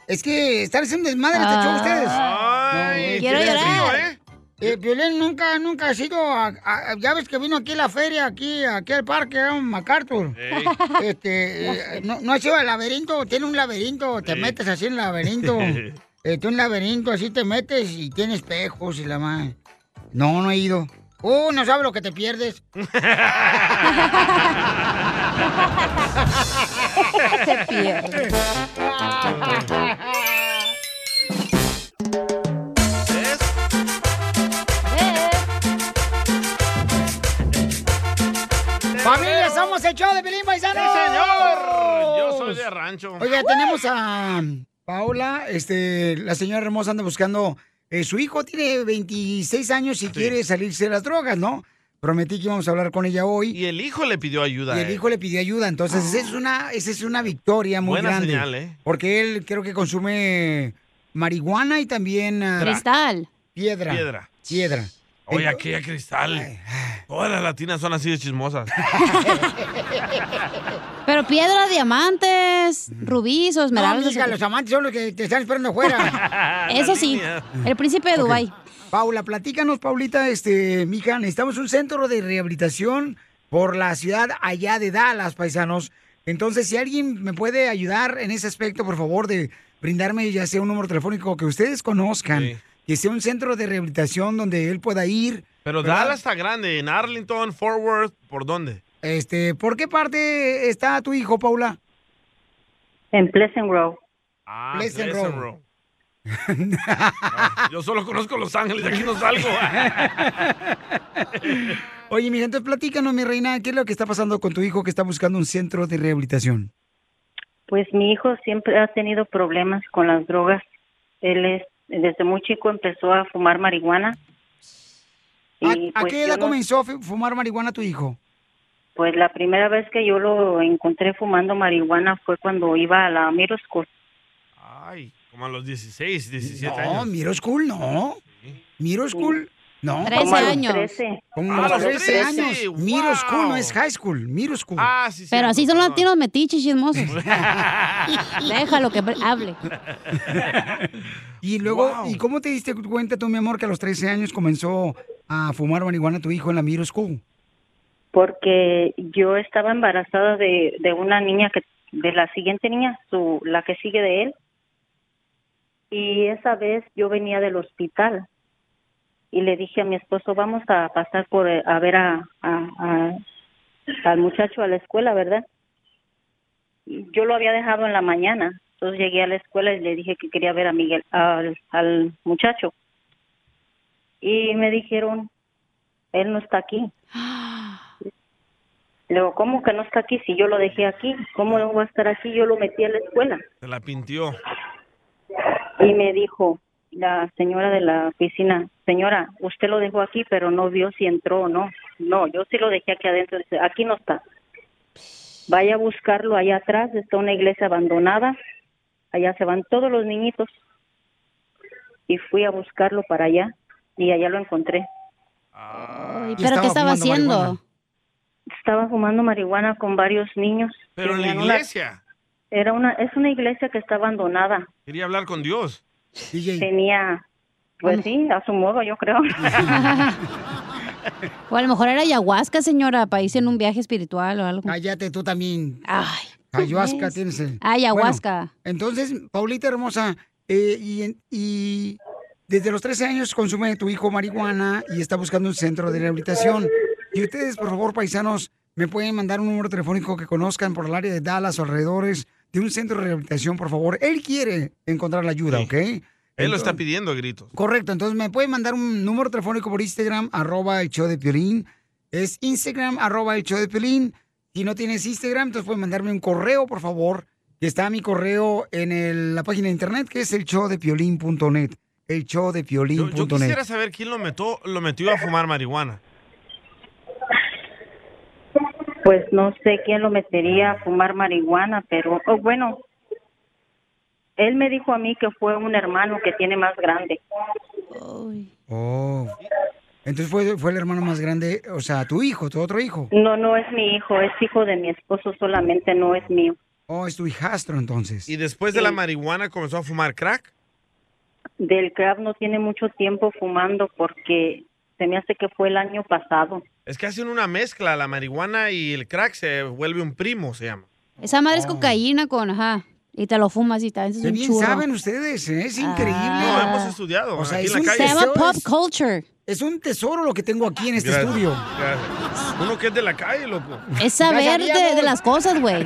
Es que están haciendo desmadre este Ah. show ustedes. Ay, No, quiero Piolín, llorar. ¿eh? Eh, Piolín nunca, nunca ha sido, a- a- ya ves que vino aquí a la feria, aquí, aquí al parque, a un MacArthur. Ey. Este, eh, no, no ha sido al laberinto, tiene un laberinto, te Ey. metes así en el laberinto. Este, un laberinto, así te metes y tiene espejos y la más. No, no he ido. Uh, no sabes lo que te pierdes. Se pierde. ¡Familia, somos el show de Pilín Paisano! ¡Sí, señor! Yo soy de rancho. Oiga, tenemos a Paola, este, la señora hermosa anda buscando. eh, su hijo tiene 26 años y quiere salirse de las drogas, ¿no? Prometí que íbamos a hablar con ella hoy. Y el hijo le pidió ayuda. Y el eh. hijo le pidió ayuda, entonces esa es una, esa es una victoria muy Buena grande. señal, ¿eh? Porque él creo que consume marihuana y también ah, Cristal. Piedra. Piedra. Piedra. Oye, aquí hay cristal. Todas las latinas son así de chismosas. Pero piedra, diamantes, rubíes o esmeraldas. No, mija, los amantes son los que te están esperando afuera. Eso sí, el príncipe de Ok. Dubái. Paula, platícanos, Paulita, este, mija, necesitamos un centro de rehabilitación por la ciudad allá de Dallas, paisanos. Entonces, si alguien me puede ayudar en ese aspecto, por favor, de brindarme ya sea un número telefónico que ustedes conozcan, que sea un centro de rehabilitación donde él pueda ir. Pero ¿verdad? Dallas está grande. En Arlington, Fort Worth, ¿por dónde? Este, ¿por qué parte está tu hijo, Paula? En Pleasant Grove. Ah, Pleasant Pleasant Grove. Grove. No, yo solo conozco Los Ángeles, de aquí no salgo. Oye, mija, entonces platícanos, mi reina, ¿qué es lo que está pasando con tu hijo que está buscando un centro de rehabilitación? Pues mi hijo siempre ha tenido problemas con las drogas. Él es, desde muy chico empezó a fumar marihuana. Y, ¿A pues, qué yo edad no- comenzó a fu- fumar marihuana tu hijo? Pues la primera vez que yo lo encontré fumando marihuana fue cuando iba a la middle school. Ay, como a los 16, 17 años. No, Miro Ah, School no. Miro School no. Trece Como a los años. trece. Como Ah, a los los 13, trece, años. wow. Miro School no es high school, Miro School. Ah, sí, Pero así son los latinos metiches chismosos. Déjalo que hable. Y luego, ¿y cómo te diste cuenta tú, mi amor, que a los 13 años comenzó a fumar marihuana tu hijo en la Miro School? Porque yo estaba embarazada de, de una niña que, de la siguiente niña, su, la que sigue de él. Y esa vez yo venía del hospital y le dije a mi esposo, vamos a pasar por eh, a ver a, a- a- al muchacho a la escuela, ¿verdad? Y Yo lo había dejado en la mañana, entonces llegué a la escuela y le dije que quería ver a Miguel, al, al muchacho. Y me dijeron, él no está aquí. Le digo, ¿cómo que no está aquí si yo lo dejé aquí? ¿Cómo no va a estar aquí? Yo lo metí a la escuela. Se la pintió. Y me dijo la señora de la oficina, señora, usted lo dejó aquí, pero no vio si entró o no. No, yo sí lo dejé aquí adentro. Dice, aquí no está. Vaya a buscarlo allá atrás, está una iglesia abandonada. Allá se van todos los niñitos. Y fui a buscarlo para allá y allá lo encontré. Ah. ¿Pero qué estaba haciendo? Estaba fumando marihuana con varios niños. Pero en la Tenían una- iglesia. era una, es una iglesia que está abandonada. Quería hablar con Dios. Tenía, pues sí, a su modo, yo creo. O a lo mejor era ayahuasca, señora, para irse en un viaje espiritual o algo. Cállate tú también. Ay. Ayahuasca tienes. el- Ayahuasca. Bueno, entonces, Paulita hermosa, eh, y, en- y desde los 13 años consume tu hijo marihuana y está buscando un centro de rehabilitación. Y ustedes, por favor, paisanos, me pueden mandar un número telefónico que conozcan por el área de Dallas o alrededores de un centro de rehabilitación, por favor. Él quiere encontrar la ayuda, ¿ok? Él lo está Entonces- pidiendo a gritos. Correcto, entonces me pueden mandar un número telefónico por Instagram, arroba el show de Piolín. Es Instagram, arroba el show de Piolín. Si no tienes Instagram, entonces pueden mandarme un correo, por favor. que Está mi correo en el- la página de internet, que es el showdepiolín.net. El showdepiolín.net. Yo quisiera saber quién lo metió, lo metió a fumar marihuana. Pues no sé quién lo metería a fumar marihuana, pero oh, bueno, él me dijo a mí que fue un hermano que tiene más grande. Oh. Entonces fue, fue el hermano más grande, o sea, tu hijo, tu otro hijo. Mm. No, no es mi hijo, es hijo de mi esposo solamente, no es mío. Oh, es tu hijastro entonces. ¿Y después de la marihuana comenzó a fumar crack? Del crab no tiene mucho tiempo fumando porque se me hace que fue el año pasado. Es que hacen una mezcla, la marihuana y el crack se vuelve un primo, se llama. Esa madre es cocaína con, ajá. Y te lo fumas y también es Ah. Qué un bien churro. saben ustedes, ¿eh? es increíble. No, hemos estudiado. O sea, aquí es en un la calle. Se llama pop culture. Es un tesoro lo que tengo aquí en este Gracias, estudio. gracias. Uno que es de la calle, loco. Es saber Ya de, sabíamos. de las cosas, güey.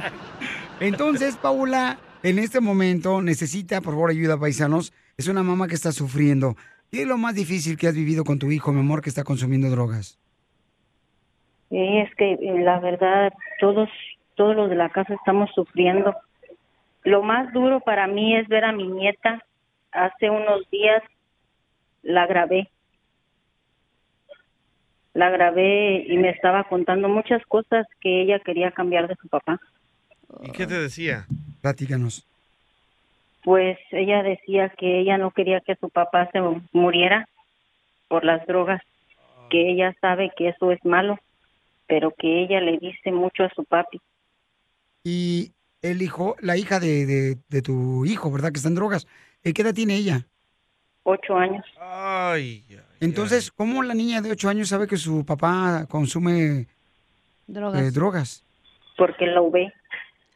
Entonces, Paula, en este momento necesita, por favor, ayuda, paisanos. Es una mamá que está sufriendo. ¿Qué es lo más difícil que has vivido con tu hijo, mi amor, que está consumiendo drogas? Y es que eh, la verdad, todos, todos los de la casa estamos sufriendo. Lo más duro para mí es ver a mi nieta. Hace unos días la grabé. La grabé y me estaba contando muchas cosas que ella quería cambiar de su papá. ¿Y qué te decía? Platícanos. Pues ella decía que ella no quería que su papá se muriera por las drogas, que ella sabe que eso es malo, pero que ella le dice mucho a su papi. Y el hijo, la hija de, de- de tu hijo, ¿verdad? Que está en drogas. ¿Eh, ¿Qué edad tiene ella? Ocho años. Ay, Entonces, ¿cómo la niña de ocho años sabe que su papá consume eh, Drogas. drogas? Porque lo ve.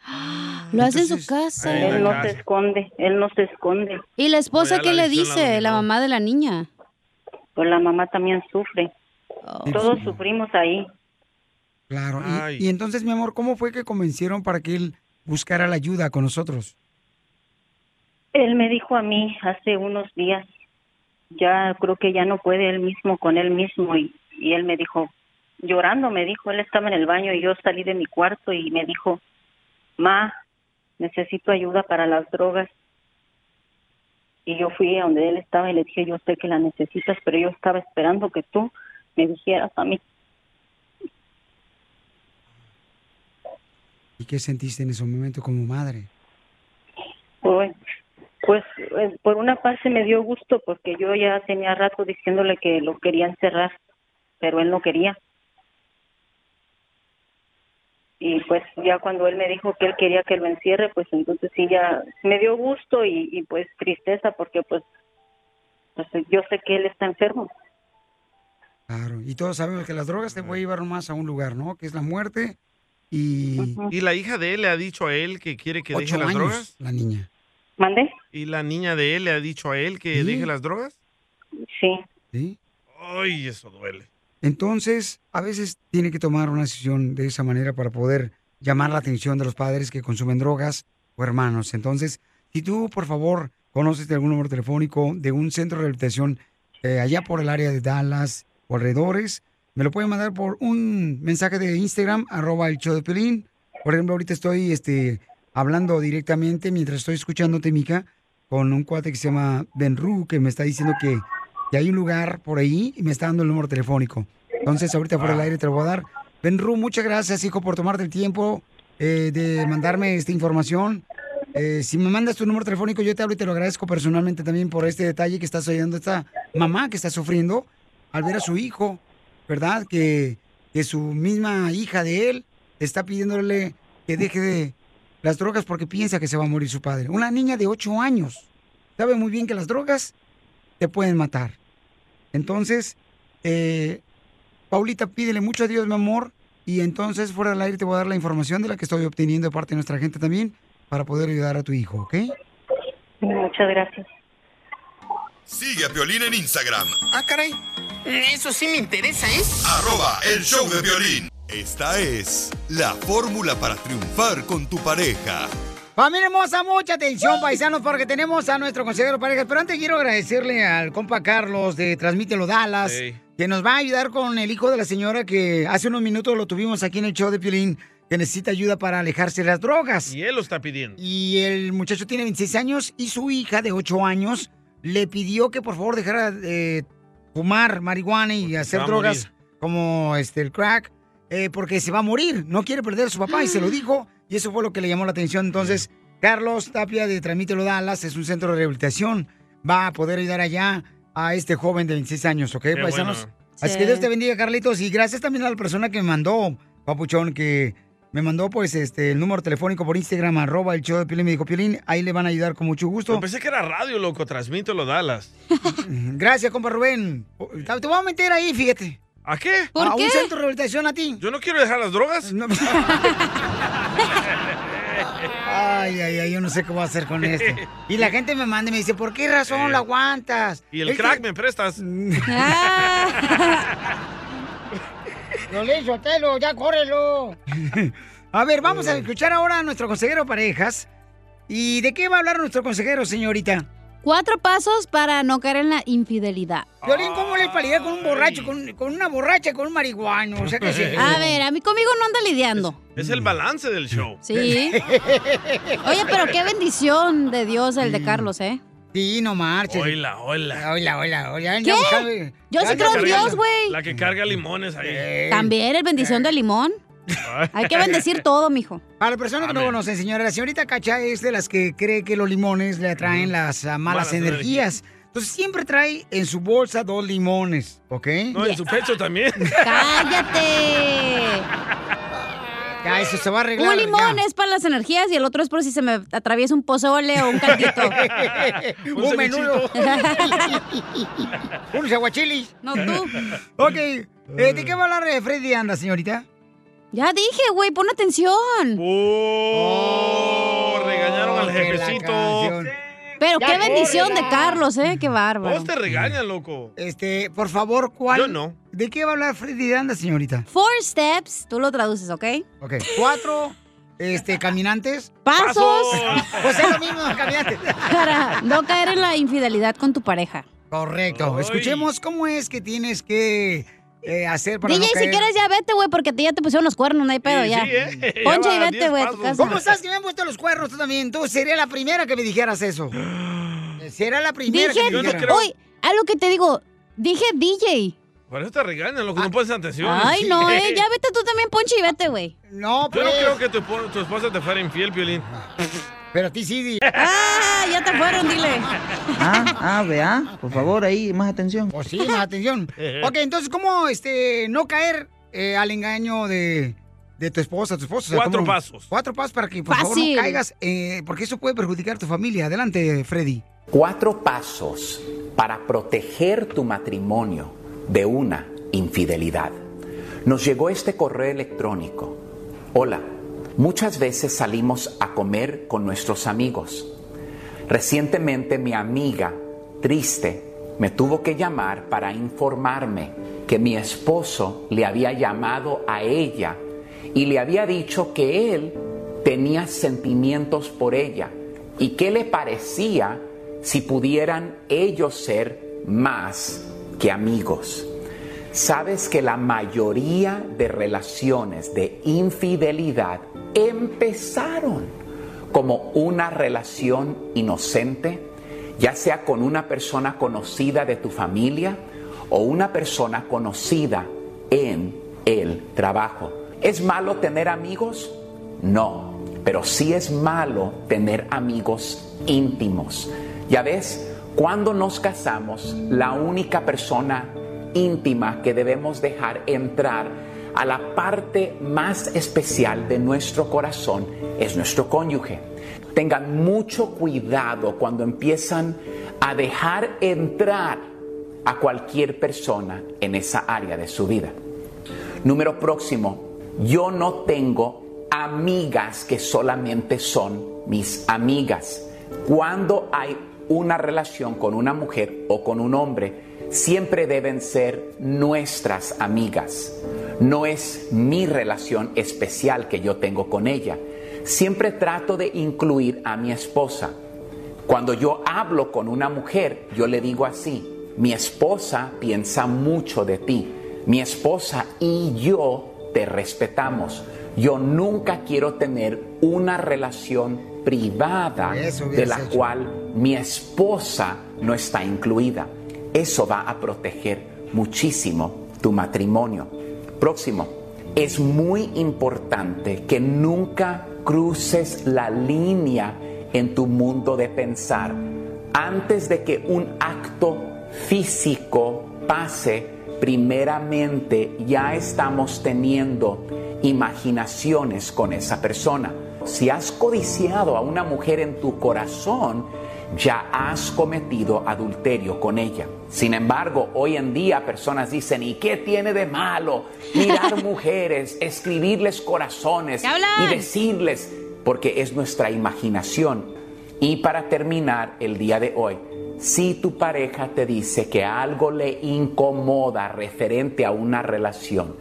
Lo hace en su Entonces, casa. Él no se esconde, él no se esconde. ¿Y la esposa No, ya qué la le visión la dice? La, mamá de la niña. Pues la mamá también sufre. Oh. Todos sufrimos ahí. Claro. y- Ay. Y, entonces, mi amor, ¿cómo fue que convencieron para que él buscara la ayuda con nosotros? Él me dijo a mí hace unos días, ya creo que ya no puede él mismo con él mismo y, y él me dijo, llorando me dijo, él estaba en el baño y yo salí de mi cuarto y me dijo, ma, necesito ayuda para las drogas. Y yo fui a donde él estaba y le dije, yo sé que la necesitas, pero yo estaba esperando que tú me dijeras a mí. ¿Y qué sentiste en ese momento como madre? Pues, pues eh, por una parte me dio gusto porque yo ya tenía rato diciéndole que lo quería encerrar, pero él no quería. Y pues ya cuando él me dijo que él quería que lo encierre, pues entonces sí ya me dio gusto y, y pues tristeza porque pues, pues yo sé que él está enfermo. Claro. Y todos sabemos que las drogas te pueden llevar más a un lugar, ¿no? Que es la muerte y... ¿Y la hija de él le ha dicho a él que quiere que deje Ocho las años, drogas? la niña. ¿Mande? ¿Y la niña de él le ha dicho a él que Sí. deje las drogas? Sí. ¿Sí? Ay, eso duele. Entonces, a veces tiene que tomar una decisión de esa manera para poder llamar la atención de los padres que consumen drogas o hermanos. Entonces, si tú, por favor, conoces de algún número telefónico de un centro de rehabilitación eh, allá por el área de Dallas o alrededores, me lo pueden mandar por un mensaje de Instagram, arroba el show de Pelín. Por ejemplo, ahorita estoy este, hablando directamente mientras estoy escuchándote, Mica, con un cuate que se llama Benru, que me está diciendo que, que hay un lugar por ahí y me está dando el número telefónico. Entonces, ahorita por el aire te lo voy a dar. Benru, muchas gracias, hijo, por tomarte el tiempo eh, de mandarme esta información. Eh, si me mandas tu número telefónico, yo te hablo y te lo agradezco personalmente también por este detalle que estás ayudando a esta mamá que está sufriendo al ver a su hijo, ¿verdad? Que, que su misma hija de él está pidiéndole que deje de las drogas porque piensa que se va a morir su padre. Una niña de 8 años sabe muy bien que las drogas te pueden matar. Entonces, eh, Paulita, pídele mucho a Dios, mi amor. Y entonces, fuera del aire, te voy a dar la información de la que estoy obteniendo de parte de nuestra gente también para poder ayudar a tu hijo, ¿ok? Muchas gracias. Sigue a Piolín en Instagram, Ah, caray. Eso sí me interesa, ¿eh? arroba el show de Piolín. Esta es la fórmula para triunfar con tu pareja. Familia hermosa, mucha atención, paisanos, porque tenemos a nuestro consejero de parejas. Pero antes quiero agradecerle al compa Carlos de Transmítelo Dallas, Sí. que nos va a ayudar con el hijo de la señora que hace unos minutos lo tuvimos aquí en el show de Piolín, que necesita ayuda para alejarse de las drogas. Y él lo está pidiendo. Y el muchacho tiene 26 años y su hija de 8 años le pidió que por favor dejara de fumar marihuana y hacer va a drogas como este el crack eh, porque se va a morir, no quiere perder a su papá y se lo dijo y eso fue lo que le llamó la atención. Entonces, Carlos Tapia de Tramítelo Dallas es un centro de rehabilitación, va a poder ayudar allá a este joven de 26 años, ¿ok, Qué paisanos? bueno. Así Sí. que Dios te bendiga, Carlitos. Y gracias también a la persona que me mandó, Papuchón, que me mandó pues este el número telefónico por Instagram, arroba el show de Piolín. Me dijo, Piolín, ahí le van a ayudar con mucho gusto. Yo pensé que era radio, loco. Transmito los Dallas. Gracias, compa Rubén. Te te voy a meter ahí, fíjate. Oh, eh. ¿A qué? a Ah, un centro de rehabilitación a ti. Yo no quiero dejar las drogas. Ay, ay, ay, yo no sé qué voy a hacer con esto. Y la gente me manda y me dice, ¿por qué razón lo aguantas? Y el Es que- crack me prestas. Ah. Violín Sotelo, ya córrelo. A ver, vamos a escuchar ahora a nuestro consejero parejas. ¿Y de qué va a hablar nuestro consejero, señorita? Cuatro pasos para no caer en la infidelidad. Violín, ¿cómo le palidad con un borracho, con, con una borracha, con un marihuano? O sea, ¿qué es eso? A ver, a mí conmigo no anda lidiando. Es el balance del show. Sí. Oye, pero qué bendición de Dios el de Carlos, ¿eh? Sí, no marches. Hola, hola. Hola, hola, hola. ¿Qué? Yo sí creo en Dios, güey. La que carga limones ahí. También el bendición del limón. Hay que bendecir todo, mijo. A la persona que no conoce, señora, la señorita Cacha es de las que cree que los limones le atraen las ah, malas, Malas energías. Entonces siempre trae en su bolsa dos limones, ¿ok? No, en su pecho también. ¡Cállate! Ya, eso se va a arreglar. Un limón ya. es para las energías y el otro es por si se me atraviesa un pozole o un caldito. Un Un menudo. Unos aguachilis. No, tú. Ok. eh, ¿De qué va a hablar eh, Freddy Anda, señorita? ya dije, güey, pon atención. Oh, regañaron al jefecito. Pero Ya, qué bendición de córrela. Carlos, ¿eh? Qué bárbaro. Vos te regañan, loco. Este, por favor, ¿cuál? Yo no. ¿De qué va a hablar Freddy Anda, señorita? Four steps, tú lo traduces, ¿ok? Ok. Cuatro este, caminantes. Pasos. Pues es lo mismo, caminantes. Para no caer en la infidelidad con tu pareja. Correcto. Ay. Escuchemos cómo es que tienes que eh, hacer para DJ, no si caer- quieres ya vete, güey, porque a ti ya te pusieron los cuernos, no hay pedo Sí, ya. sí, ¿eh? Poncha Ya y va, vete, diez güey, a tu pasos. casa. ¿Cómo estás que me han puesto los cuernos tú también? Tú sería la primera que me dijeras eso. Sería la primera Dije, que me dijeras. oye, a lo que te digo, dije DJ. Por eso te regañan, loco. No pones atención. Ah. Ay, no, eh, ya vete tú también, Poncha y vete, güey. No, pues. Yo no creo que tu, espo- tu esposa te fuera infiel, Piolín. Pero a ti sí. Ah, ya te fueron, dile. Ah, ah, vea, por favor, ahí, más atención. Pues sí, más atención. Ok, entonces, ¿cómo este, no caer eh, al engaño de, de tu esposa, tu esposo? O sea, Cuatro ¿cómo? pasos. Cuatro pasos para que, por favor, Fácil. no caigas, eh, porque eso puede perjudicar a tu familia. Adelante, Freddy. Cuatro pasos para proteger tu matrimonio de una infidelidad. Nos llegó este correo electrónico. Hola, muchas veces salimos a comer con nuestros amigos. Recientemente mi amiga, triste, me tuvo que llamar para informarme que mi esposo le había llamado a ella y le había dicho que él tenía sentimientos por ella y que le parecía si pudieran ellos ser más que amigos. Sabes que la mayoría de relaciones de infidelidad empezaron como una relación inocente, ya sea con una persona conocida de tu familia o una persona conocida en el trabajo. ¿Es malo tener amigos? No, pero sí es malo tener amigos íntimos. Ya ves, cuando nos casamos, la única persona íntima que debemos dejar entrar a la parte más especial de nuestro corazón es nuestro cónyuge. Tengan mucho cuidado cuando empiezan a dejar entrar a cualquier persona en esa área de su vida. Número próximo, yo no tengo amigas que solamente son mis amigas. Cuando hay una relación con una mujer o con un hombre, siempre deben ser nuestras amigas. No es mi relación especial que yo tengo con ella. Siempre trato de incluir a mi esposa. Cuando yo hablo con una mujer, yo le digo así, mi esposa piensa mucho de ti, mi esposa y yo te respetamos. Yo nunca quiero tener una relación privada Eso de hubieras la hecho. cual mi esposa no está incluida. Eso va a proteger muchísimo tu matrimonio. Próximo, es muy importante que nunca cruces la línea en tu mundo de pensar antes de que un acto físico pase primeramente, ya estamos teniendo imaginaciones con esa persona. Si has codiciado a una mujer en tu corazón, ya has cometido adulterio con ella. Sin embargo, hoy en día personas dicen, ¿y qué tiene de malo mirar mujeres, escribirles corazones ¿Qué hablan? y decirles? Porque es nuestra imaginación. Y para terminar el día de hoy, si tu pareja te dice que algo le incomoda referente a una relación,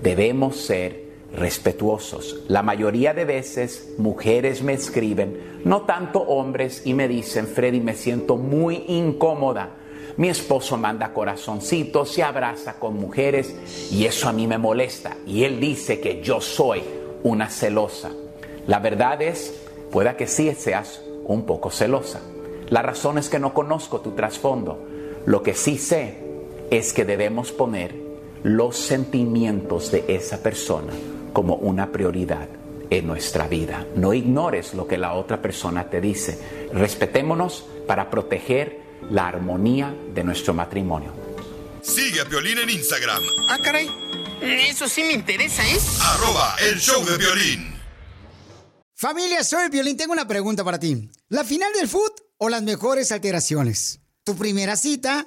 debemos ser respetuosos. La mayoría de veces mujeres me escriben, no tanto hombres, y me dicen, Freddy, me siento muy incómoda. Mi esposo manda corazoncitos, se abraza con mujeres y eso a mí me molesta. Y él dice que yo soy una celosa. La verdad es, pueda que sí seas un poco celosa. La razón es que no conozco tu trasfondo. Lo que sí sé es que debemos poner los sentimientos de esa persona como una prioridad en nuestra vida. No ignores lo que la otra persona te dice. Respetémonos para proteger la armonía de nuestro matrimonio. Sigue a Piolín en Instagram. Ah, caray. Eso sí me interesa, ¿eh? Arroba el show de violín. Familia, soy el Violín. Tengo una pregunta para ti. ¿La final del foot o las mejores alteraciones? ¿Tu primera cita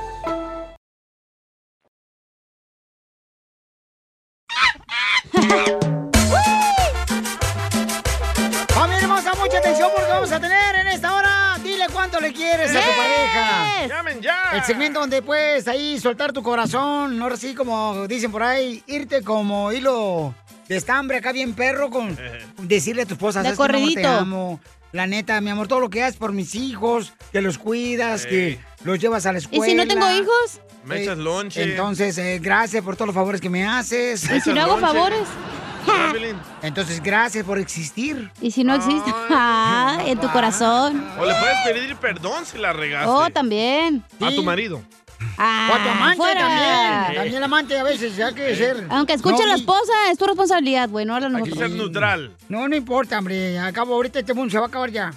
Familia hermosa, mucha atención porque vamos a tener en esta hora. Dile cuánto le quieres a tu ¡Eh! Yes. pareja. ¡Llamen ya! El segmento donde puedes ahí soltar tu corazón, no así como dicen por ahí, irte como hilo de estambre acá bien perro con decirle a tu esposa, De "Sabes que, mi amor, te corridito. amo. La neta, mi amor, todo lo que haces por mis hijos, que los cuidas, que Ey. los llevas a la ¿Y escuela. si no tengo hijos? Me echas Eh, lonche. Entonces, eh, gracias por todos los favores que me haces. ¿Y si no hago favores? Entonces, gracias por existir. ¿Y si no existe? Ah, en tu corazón. O le puedes pedir perdón si la regaste. Oh, también. A tu marido. Ah, O a tu amante fuera. también. También el amante a veces hay que ser. Aunque escuche No, la ni- esposa, es tu responsabilidad, güey, no a Hay que nosotros. ser neutral. No, no importa, hombre. Acabo ahorita este mundo se va a acabar ya.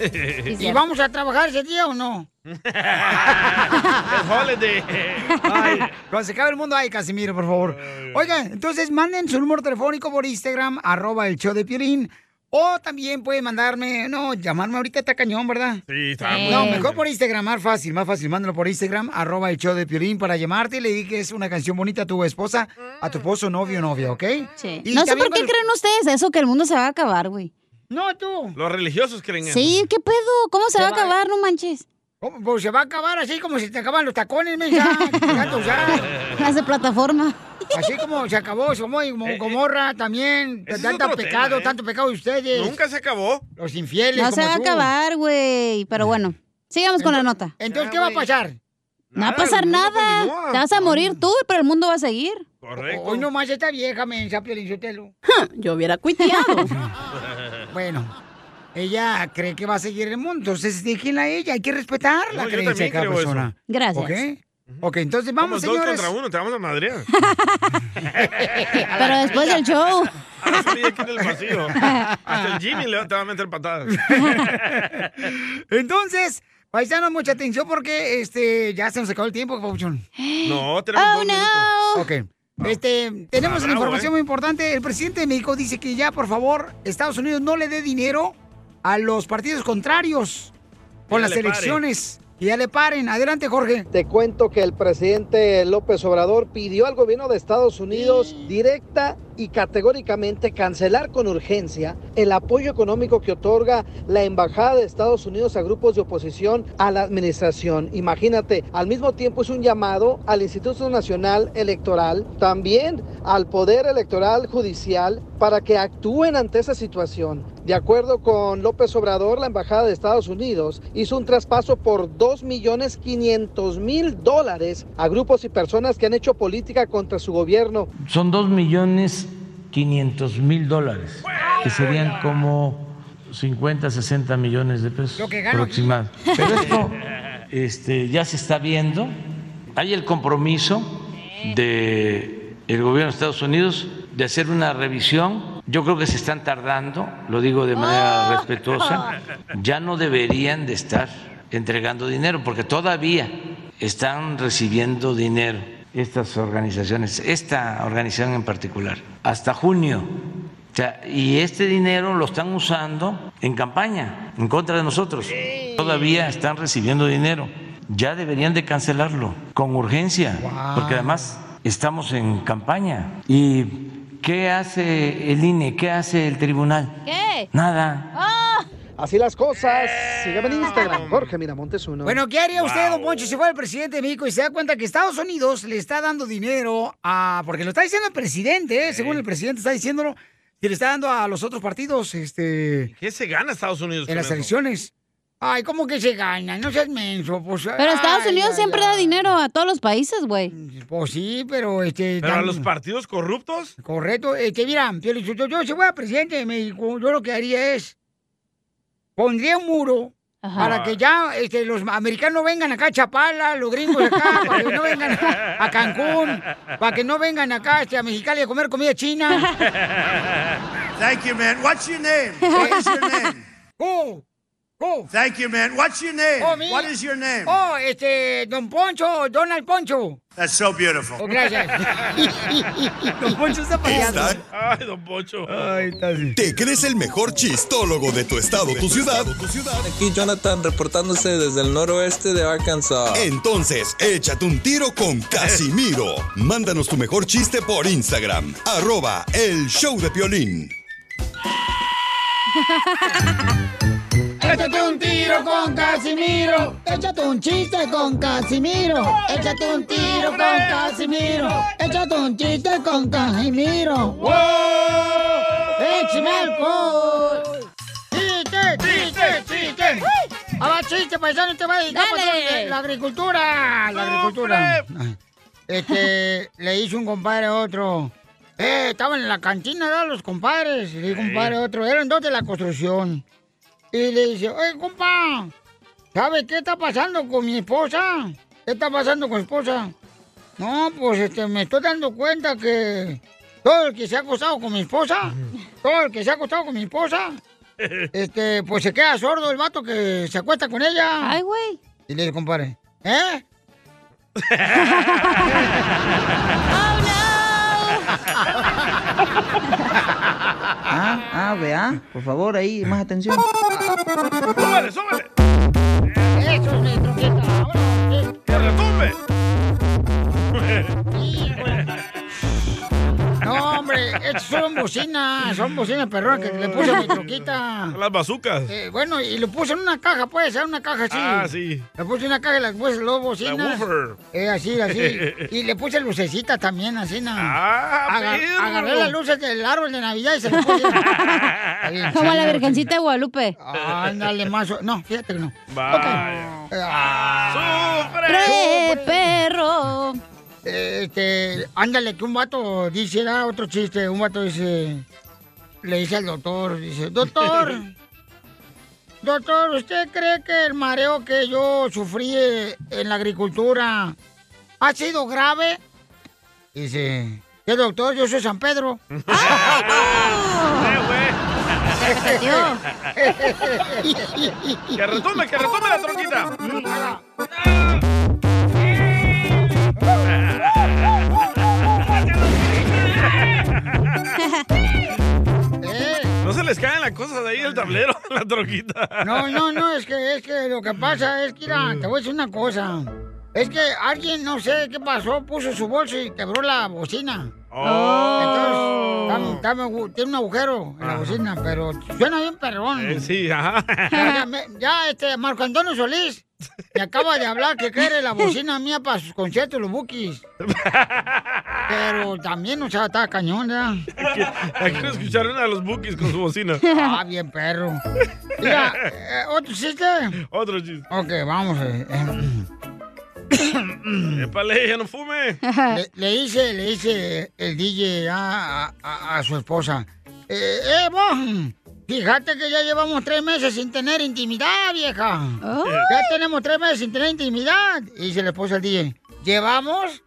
¿Y es vamos a trabajar ese día o no? holiday. Ay, cuando se acabe el mundo, ay, Casimiro, por favor. Oigan, entonces manden su número telefónico por Instagram, arroba el show de Piolín. O también pueden mandarme, no, llamarme ahorita está cañón, ¿verdad? Sí, está muy No, bien. mejor por Instagram, más fácil, más fácil. Mándalo por Instagram, arroba el show de Piolín para llamarte y le dediques una canción bonita a tu esposa, a tu esposo, novio, novia, ¿ok? Sí. No sé por qué creen ustedes eso, que el mundo se va a acabar, güey. No, tú. Los religiosos creen en Sí, ¿qué pedo? ¿Cómo se va a acabar? No manches. Pues se va a acabar así como si te acaban los tacones, mensa. Tanto usar. Las de plataforma. Así como se acabó, como Gomorra también, Eh, ese es tanto otro pecado, tema, ¿eh? tanto pecado de ustedes. Nunca se acabó. Los infieles No se como va a tú. acabar, güey. Pero bueno, sigamos con la nota. Entonces, ¿qué va a pasar? No va a Nada, pues, pasar el mundo nada. continúa. Te vas a morir tú, pero el mundo va a seguir. Correcto. Hoy nomás esta vieja mensa, Piolinsotelo. Yo hubiera cuiteado. Bueno, ella cree que va a seguir el mundo, entonces déjenla a ella, hay que respetarla No, yo creencia también de cada creo eso. persona. Gracias. ¿Ok? Ok, entonces vamos, Somos dos señores. contra uno, te vamos a madrear. Pero después del show. Ahora salí aquí en el vacío. Hasta el Jimmy le te va a meter patadas. Entonces, paisanos, mucha atención porque este ya se nos acabó el tiempo, Pauchón. No, tenemos Oh, dos no. minutos. Ok. Este, tenemos Ah, una bravo, información eh. muy importante. El presidente de México dice que ya, por favor, Estados Unidos no le dé dinero a los partidos contrarios con Ya las le pare. elecciones. Y ya le paren. Adelante, Jorge. Te cuento que el presidente López Obrador pidió al gobierno de Estados Unidos directa y categóricamente cancelar con urgencia el apoyo económico que otorga la Embajada de Estados Unidos a grupos de oposición a la administración. Imagínate, al mismo tiempo es un llamado al Instituto Nacional Electoral, también al Poder Electoral Judicial, para que actúen ante esa situación. De acuerdo con López Obrador, la Embajada de Estados Unidos hizo un traspaso por 2.500.000 dólares a grupos y personas que han hecho política contra su gobierno. Son 2 millones 500 mil dólares, que serían como 50, 60 millones de pesos Lo que gano aquí. aproximados. Pero esto este, ya se está viendo. Hay el compromiso de el gobierno de Estados Unidos de hacer una revisión. Yo creo que se están tardando, lo digo de Oh, manera respetuosa. Ya no deberían de estar entregando dinero porque todavía están recibiendo dinero estas organizaciones, esta organización en particular, hasta junio. O sea, y este dinero lo están usando en campaña, en contra de nosotros. Todavía están recibiendo dinero. Ya deberían de cancelarlo con urgencia, porque además estamos en campaña. ¿Y qué hace el INE? ¿Qué hace el tribunal? ¿Qué? Oh. Nada. Así las cosas. Sígueme en Instagram, Jorge Miramontes uno. Bueno, ¿qué haría usted, don Poncho, si fuera el presidente de México y se da cuenta que Estados Unidos le está dando dinero a. Porque lo está diciendo el presidente, ¿eh? según el presidente está diciéndolo, que le está dando a los otros partidos este, ¿Qué se gana Estados Unidos en con las eso? elecciones. Ay, ¿cómo que se gana? No seas menso, pues. Pero Estados ay, Unidos ay, siempre da dinero a todos los países, güey. Pues sí, pero este. Pero a dan- los partidos corruptos, Correcto. Este, mira, Pio Lizotelo, yo, si fuera presidente de México, yo lo que haría es. Pondría un muro Ajá. para que ya este, los americanos no vengan acá a Chapala, los gringos acá, Ah, para que no vengan a Cancún, para que no vengan acá este, a Mexicali a comer comida china. Thank you, man. What's your name? What is your name? Who? Who? Thank you, man. What's your name? Oh, mi- What is your name? Oh, este, Don Poncho, Donald Poncho. That's so beautiful. Oh, gracias. Don Poncho está payaso. Está- Ay, don Pocho. ¿Te crees el mejor chistólogo de tu estado, tu ciudad? Aquí Jonathan reportándose desde el noroeste de Arkansas. Entonces, échate un tiro con Casimiro. Mándanos tu mejor chiste por Instagram, arroba el show de Piolín. Échate un tiro con Casimiro. Échate un chiste con Casimiro. Échate un tiro con Casimiro. Échate un chiste con Casimiro. ¡Wow! ¡Échame alcohol! ¡Chiste, chiste, chiste! Ahora chiste, paisano, te va a dedicar Dale. pues, eh, la agricultura. La agricultura. Este, le hizo un compadre a otro. Eh, estaban en la cantina, ¿verdad? Los compadres. Y le dijo un compadre a otro. Eran dos de la construcción. Y le dice, oye, compa, ¿sabe qué está pasando con mi esposa? ¿Qué está pasando con mi esposa? No, pues este, me estoy dando cuenta que todo el que se ha acostado con mi esposa, todo el que se ha acostado con mi esposa, este, pues se queda sordo el vato que se acuesta con ella. Ay, güey. Y le dice, compadre, ¿eh? Oh, Ah, ah, vea, por favor, ahí, más atención. ¡Súbale, súbale! Eso es mi trompeta. ¡Que retumbe! No, hombre, estas son bocinas, son bocinas perronas que le puse a mi troquita. Las bazucas. Eh, bueno, y lo puse en una caja, puede ser una caja así. Ah, sí. Le puse en una caja y las puse luego bocinas. woofer. Eh, así, así. Y le puse lucecitas también, así, na. Ah, Aga- perro. Agarré las luces del árbol de Navidad y se las puse. Como la Virgencita de Guadalupe. Ándale, más. o- No, fíjate que no. Vaya. ¡Sufre, perro! Este, ándale, que un vato dice, da otro chiste, un vato dice, le dice al doctor, dice, doctor, doctor, ¿usted cree que el mareo que yo sufrí eh, en la agricultura ¿Ha sido grave? Dice, ¿qué doctor? Yo soy San Pedro. Se repitió. ¡Que retumbe, que retumbe la troquita! No se les caen las cosas de ahí del tablero, la troquita. No, no, no, es que, es que lo que pasa es que, mira, te voy a decir una cosa. Es que alguien, no sé qué pasó, puso su bolso y quebró la bocina. Oh. Entonces, tam- tam- agu- tiene un agujero en la Ajá. bocina, pero suena bien perrón. Eh, sí, ajá. Ya, me- ya, este, Marco Antonio Solís me acaba de hablar que quiere la bocina mía para sus conciertos, los bookies. Pero también, o sea, está cañón, ¿verdad? Ya quiero escuchar una de los bookies con su bocina. Ah, bien perro. Mira, eh, ¿otro chiste? Otro chiste. Ok, vamos. eh, Épale, ya no fume. Le, le dice, le dice el DJ a, a- a- a su esposa. Eh, eh, vos, fíjate que ya llevamos tres meses sin tener intimidad, vieja. Ya tenemos tres meses sin tener intimidad. Y dice la esposa al DJ, ¿llevamos?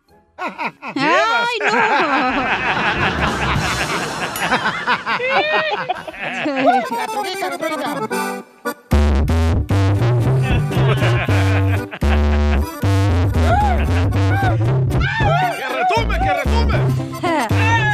¡Ay, La troquita, la ¿eh? troquita. ¡Que retumbe, que retumbe!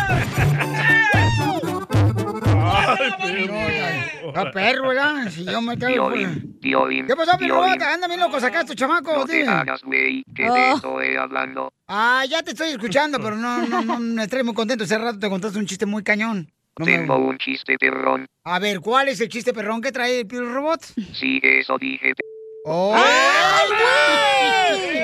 Está perro, ¿verdad? Si yo me traigo... Piolín, Piolín. ¿Qué pasó, Piolín? pelota? Anda bien loco, sacaste tu chamaco. No te DJ. hagas, güey, que Oh. de eso he hablando. Ah, ya te estoy escuchando, pero no, no, no, me estoy muy contento. Hace rato te contaste un chiste muy cañón. No me- Tengo un chiste perrón. A ver, ¿cuál es el chiste perrón que trae el Pil Robot? Sí, eso dije. ¡Oh! ¡Ay, güey!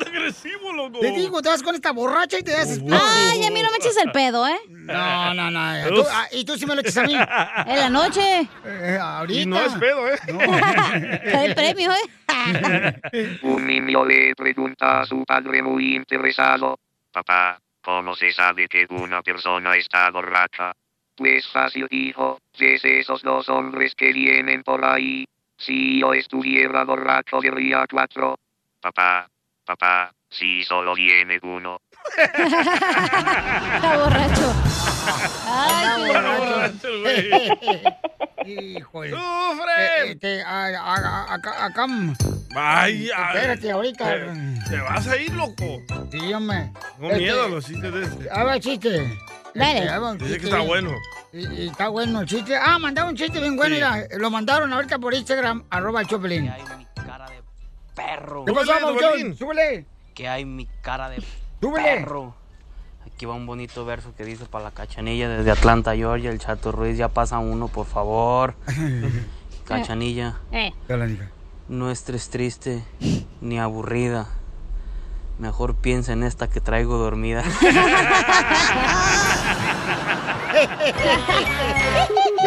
agresivo, loco! Te digo, te vas con esta borracha y te das Ay, a mí no me eches el pedo, ¿eh? No, no, no. Tú- ah, y tú sí me lo echas a mí. En la noche. Eh, ahorita. Y no es pedo, ¿eh? Está el premio, ¿eh? Un niño le pregunta a su padre muy interesado. Papá, ¿cómo se sabe que una persona está borracha? Pues fácil, hijo, ¿ves esos dos hombres que vienen por ahí? Si yo estuviera borracho, vería cuatro. Papá, papá, si solo viene uno. Está borracho. Ay, ¡Híjole! ¡Sufre! acá. Ay, ay. Eh, Espérate, ahorita. Te- Te vas a ir, loco. Dígame. Tengo Este- miedo a los chistes de este. A ver, chiste. Dale. Este, ahí va un Dice que chiste está bien- bueno. Y, y está bueno el chiste. Ah, mandaron un chiste bien bueno. Sí. mira, lo mandaron ahorita por Instagram, arroba el Choplin. perro. ¿Qué pasó, Súbele, Pabuchón? Dubalín. Súbele. Que hay mi cara de Súbele. perro. Aquí va un bonito verso que dice para la cachanilla desde Atlanta, Georgia, el Chato Ruiz, ya pasa uno, por favor. Cachanilla, Eh. no estés triste ni aburrida. Mejor piensa en esta que traigo dormida.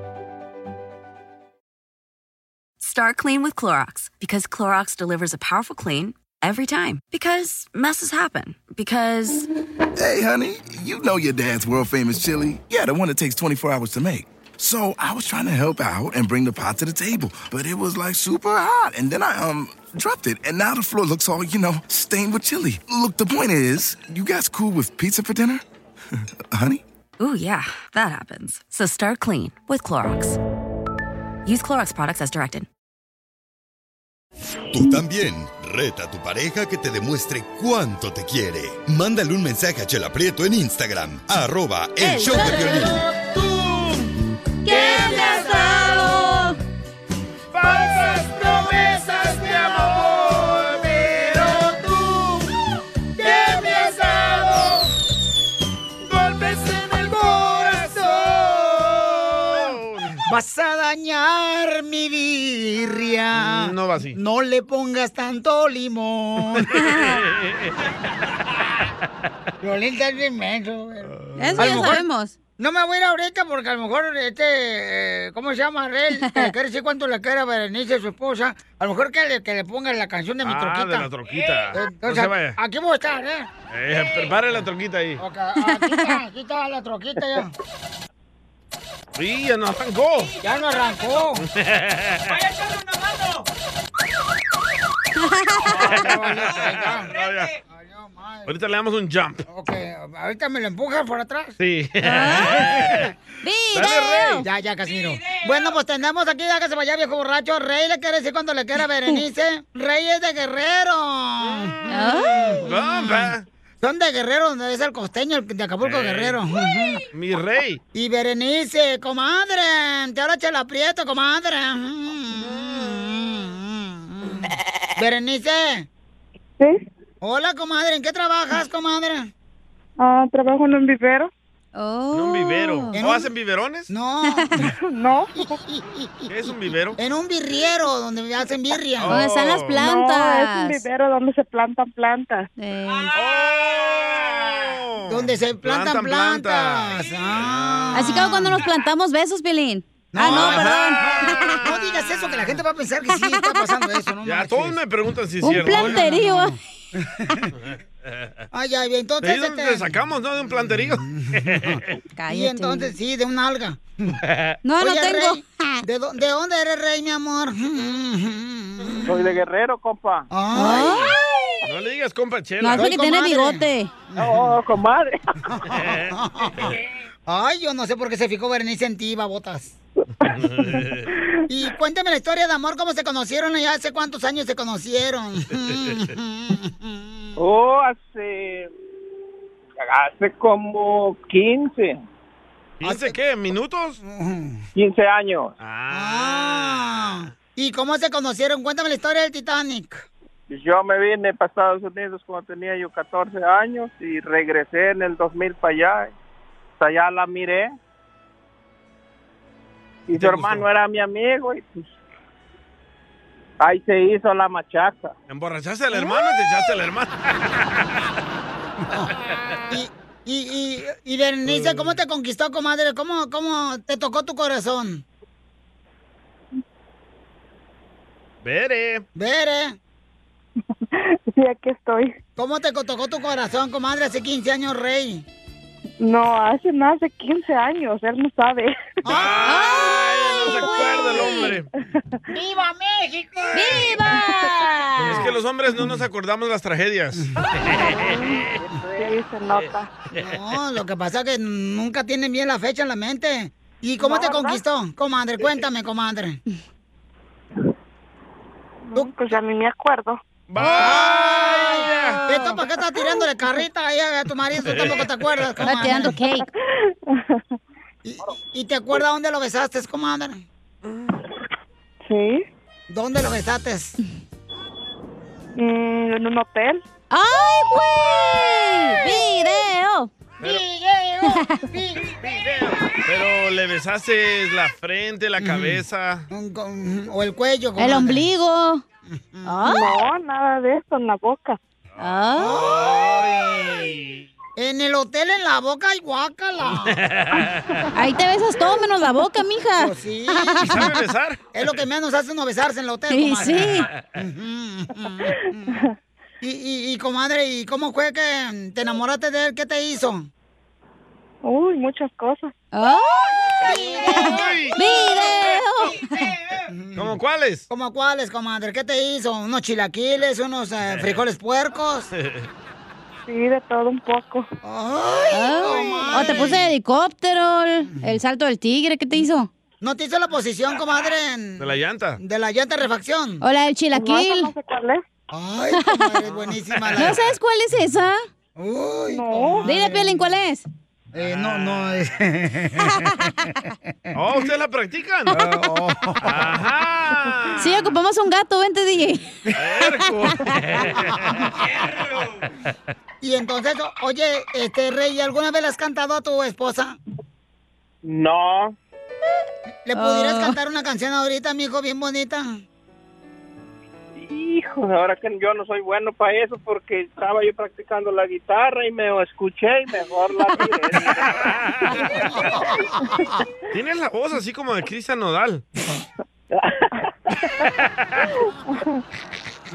Start clean with Clorox because Clorox delivers a powerful clean every time. Because messes happen. Because. Hey, honey, you know your dad's world famous chili. Yeah, the one that takes 24 hours to make. So I was trying to help out and bring the pot to the table, but it was like super hot. And then I, um, dropped it. And now the floor looks all, you know, stained with chili. Look, the point is, you guys cool with pizza for dinner? honey? Ooh, yeah, that happens. So start clean with Clorox. Use Clorox products as directed. Tú también. Reta a tu pareja que te demuestre cuánto te quiere. Mándale un mensaje a Chela Prieto en Instagram. Arroba el, show de Piolín. ¿Qué me has dado? Falsas promesas de amor, pero tú, ¿qué me has dado? Golpes en el corazón. Vas a dañar mi birria. Mm, No va así. No le pongas tanto limón. Violín está bien menso, güey. Eso A lo ya mejor- sabemos. No me voy a ir ahorita porque a lo mejor este, eh, ¿cómo se llama? Rel, que quiere decir cuánto le quiere a Berenice, su esposa. A lo mejor que le, que le ponga la canción de mi Ah, troquita. de la troquita. Eh, No o se sea, vaya. aquí voy a estar, ¿eh? Eh, prepare la troquita ahí. Ok, Aquí está, aquí está la troquita ya. Sí, ya no arrancó. Ya no arrancó. Ahorita le damos un jump. Ok, ahorita me lo empujan por atrás. Sí. Ah. Ah. ¡Video! Ya, ya, Casimiro. Bueno, pues tenemos aquí, ya que se vaya viejo borracho. Rey le quiere decir cuando le quiera a Berenice. Reyes de Guerrero. Ah. Mm. Bomba. Son de Guerrero, donde es el costeño, el de Acapulco Ah. Ey. Guerrero. Mi rey. Y Berenice, comadre, te habla Chela Prieto, comadre. Mm. Berenice. ¿Sí? Hola, comadre, ¿en qué trabajas, comadre? Ah, trabajo en un vivero. Oh. En un vivero. ¿No hacen biberones? Oh. No. no. ¿Qué es un vivero? Oh. En un birriero, donde hacen birria. Donde están las No, plantas. es un vivero donde se plantan plantas. Eh, Donde se plantan, plantas. Así como cuando nos plantamos besos, Pilín. ah, no, perdón. No digas eso, que la gente va a pensar que sí está pasando eso, ¿no? Ya, todos me preguntan si es Un cierto. planterío. Ay, ay, entonces. De ahí donde este- te sacamos, ¿no? De un planterío. Y entonces sí, de una alga. No, no Oye, tengo. Rey, ¿de, dó- de dónde eres, rey, mi amor? Soy de Guerrero, compa. Ah. No le digas compa Chela. No, es porque tiene bigote. No, comadre. Ay, yo no sé por qué se fijó Berenice en ti, babotas. Y cuéntame la historia de amor, cómo se conocieron y hace cuántos años se conocieron. Oh, hace. Hace como 15. ¿Hace qué? ¿Minutos? 15 años. Ah. ¿Y cómo se conocieron? Cuéntame la historia del Titanic. Yo me vine para Estados Unidos cuando tenía yo 14 años y regresé en el 2000 para allá. Hasta allá la miré. Y su ¿Te gustó? hermano era mi amigo y pues, ahí se hizo la machaca. ¿Eh? ¿Emborrachaste al hermano o te echaste al hermano? Y, y, y Berenice, ¿cómo te conquistó, comadre? ¿Cómo, ¿Cómo te tocó tu corazón? Veré. Bere. Sí, aquí estoy. ¿Cómo te co- tocó tu corazón, comadre, hace 15 años, rey? No, hace más de 15 años, él no sabe. No se acuerda el hombre. ¡Viva México! Es ¡Viva! que los hombres no nos acordamos las tragedias. Sí, se nota. Eh, No, lo que pasa es que nunca tienen bien la fecha en la mente. ¿Y cómo No, te ¿verdad? conquistó, comadre? Cuéntame, comadre. Pues ya ni me acuerdo. ¡Vaya! ¿Esto para qué estás tirándole carrita ahí a tu marido? Tú tampoco te acuerdas, Está comadre. tirando cake. ¿Y, y te acuerdas dónde lo besaste, comadre? Sí. ¿Dónde lo besaste? Mm, en un hotel. ¡Ay, güey! ¡Video! Pero le besaste la frente, Mm. la cabeza. O el cuello. El ombligo. No, nada de eso, en la boca. Ah. En el hotel, en la boca, y guácala. Ahí te besas todo menos la boca, mija. Pues sí. ¿Y sabe besar? Es lo que menos hace no besarse en el hotel. Sí, comadre. sí. Y, y, y, comadre, ¿y cómo fue que te enamoraste de él? ¿Qué te hizo? Uy, muchas cosas. ¡Video! ¿Cómo cuáles? ¿Cómo cuáles, comadre? ¿Qué te hizo? ¿Unos chilaquiles? ¿Unos eh, frijoles puercos? Sí, de todo un poco. Oh, o te puse de helicóptero, el, el salto del tigre, ¿qué te hizo? ¿No te hizo la posición, comadre, en- De la llanta. de la llanta de refacción? O la del chilaquil. No, Ay, comadre, es buenísima la... sabes cuál es esa? Uy, Dile, Pielín, ¿cuál es? Eh, no, no. es- Oh, ¿ustedes la practican? Oh. Sí, ocupamos un gato, vente, DJ. y entonces, o- oye, este Rey, ¿alguna vez le has cantado a tu esposa? No. ¿Le pudieras Oh. cantar una canción ahorita, mijo, bien bonita? hijo, ahora que yo no soy bueno para eso porque estaba yo practicando la guitarra y me escuché y mejor la tiré. Tienes la voz así como de Cristian Nodal.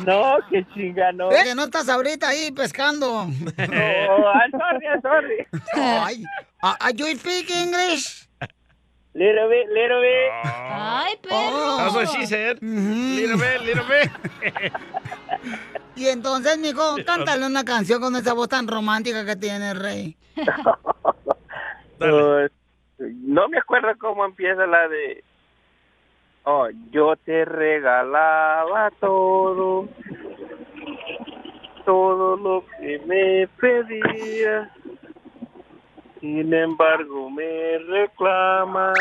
No, qué chinga, no. Es que no estás ahorita ahí pescando. No, I'm sorry, I'm sorry. Ay, a- a- you speak English? Little bit, little bit. Ay, Oh. perro. Oh. That's what she said. Little bit, little bit. Y entonces, mijo, cántale una canción con esa voz tan romántica que tiene, rey. Pues, no me acuerdo cómo empieza la de. Oh, yo te regalaba todo, todo lo que me pedías. Sin embargo, me reclamas.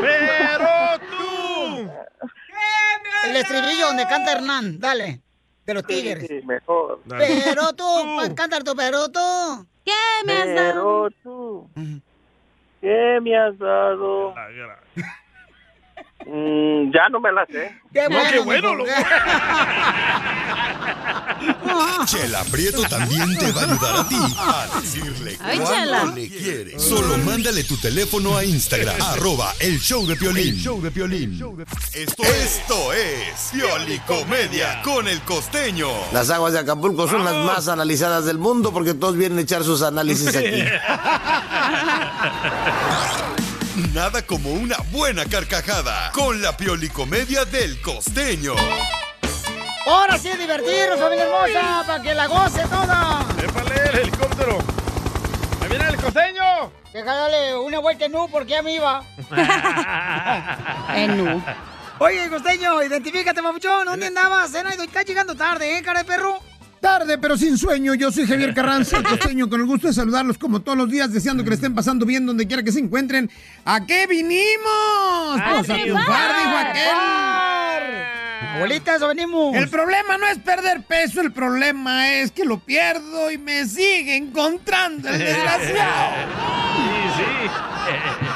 Pero tú. El estribillo donde canta Hernán, dale. De los Sí, tigres. sí, mejor. Pero tú, pa- cántale tú, pero tú. ¿Qué me has Pero dado? tú, ¿qué me has dado? Mm, ya no me la sé. Qué No, qué bueno, loco. Chela Prieto también te va a ayudar a ti a decirle Ay, Chela. cuánto le quiere. Solo mándale tu teléfono a Instagram, arroba el show de Piolín. El show de Esto, esto es Piolicomedia con el costeño. Las aguas de Acapulco son las más analizadas del mundo porque todos vienen a echar sus análisis aquí. Nada como una buena carcajada con la Piolicomedia del costeño. Ahora sí, divertiros, familia hermosa, para que la goce toda. ¡Épale, el helicóptero! ¡Ahí viene el costeño! Déjale una vuelta en U porque ya me iba. En nu. Oye, costeño, identifícate, papuchón. ¿Dónde andabas? Eh, Naido? Estás llegando tarde, ¿eh, cara de perro? Tarde, pero sin sueño. Yo soy Javier Carranza, el costeño, con el gusto de saludarlos como todos los días, deseando que le estén pasando bien donde quiera que se encuentren. ¿A qué Ah, vinimos? Pues a triunfar, dijo aquel. Abuelita, eso venimos. El problema no es perder peso, el problema es que lo pierdo y me sigue encontrando el desgraciado.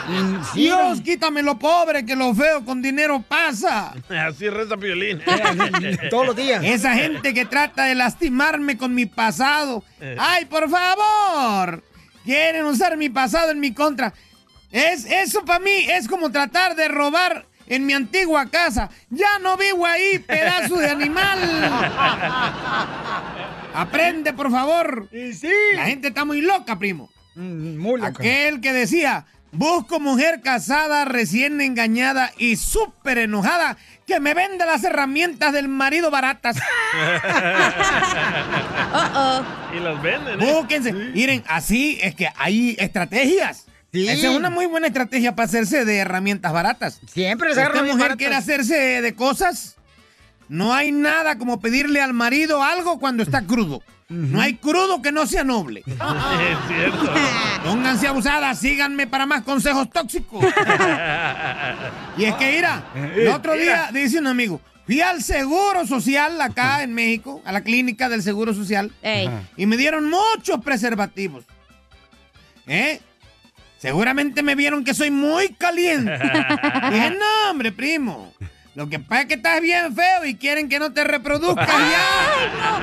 Sí, sí. Dios, quítame lo pobre, que lo feo con dinero pasa. Así reza Piolín. Esa gente que trata de lastimarme con mi pasado. ¡Ay, por favor! Quieren usar mi pasado en mi contra. Es, eso para mí es como tratar de robar en mi antigua casa. Ya no vivo ahí, pedazo de animal. Aprende, por favor. La gente está muy loca, primo. Muy loca. Aquel que decía, busco mujer casada, recién engañada y súper enojada, que me venda las herramientas del marido baratas. Y las venden, ¿eh? Búsquense. Miren, así es que hay estrategias. Esa es una muy buena estrategia para hacerse de herramientas baratas. Siempre Esta agarran bien mujer baratas. quiere hacerse de cosas. No hay nada como pedirle al marido algo cuando está crudo. No hay crudo que no sea noble. Es cierto. Pónganse abusadas, síganme para más consejos tóxicos. Y es que, mira, Eh, el otro día dice un amigo, fui al Seguro Social acá en México, a la clínica del Seguro Social, Ajá. y me dieron muchos preservativos. ¿Eh? Seguramente me vieron que soy muy caliente. Dije, no, hombre, primo. Lo que pasa es que estás bien feo y quieren que no te reproduzcas ya.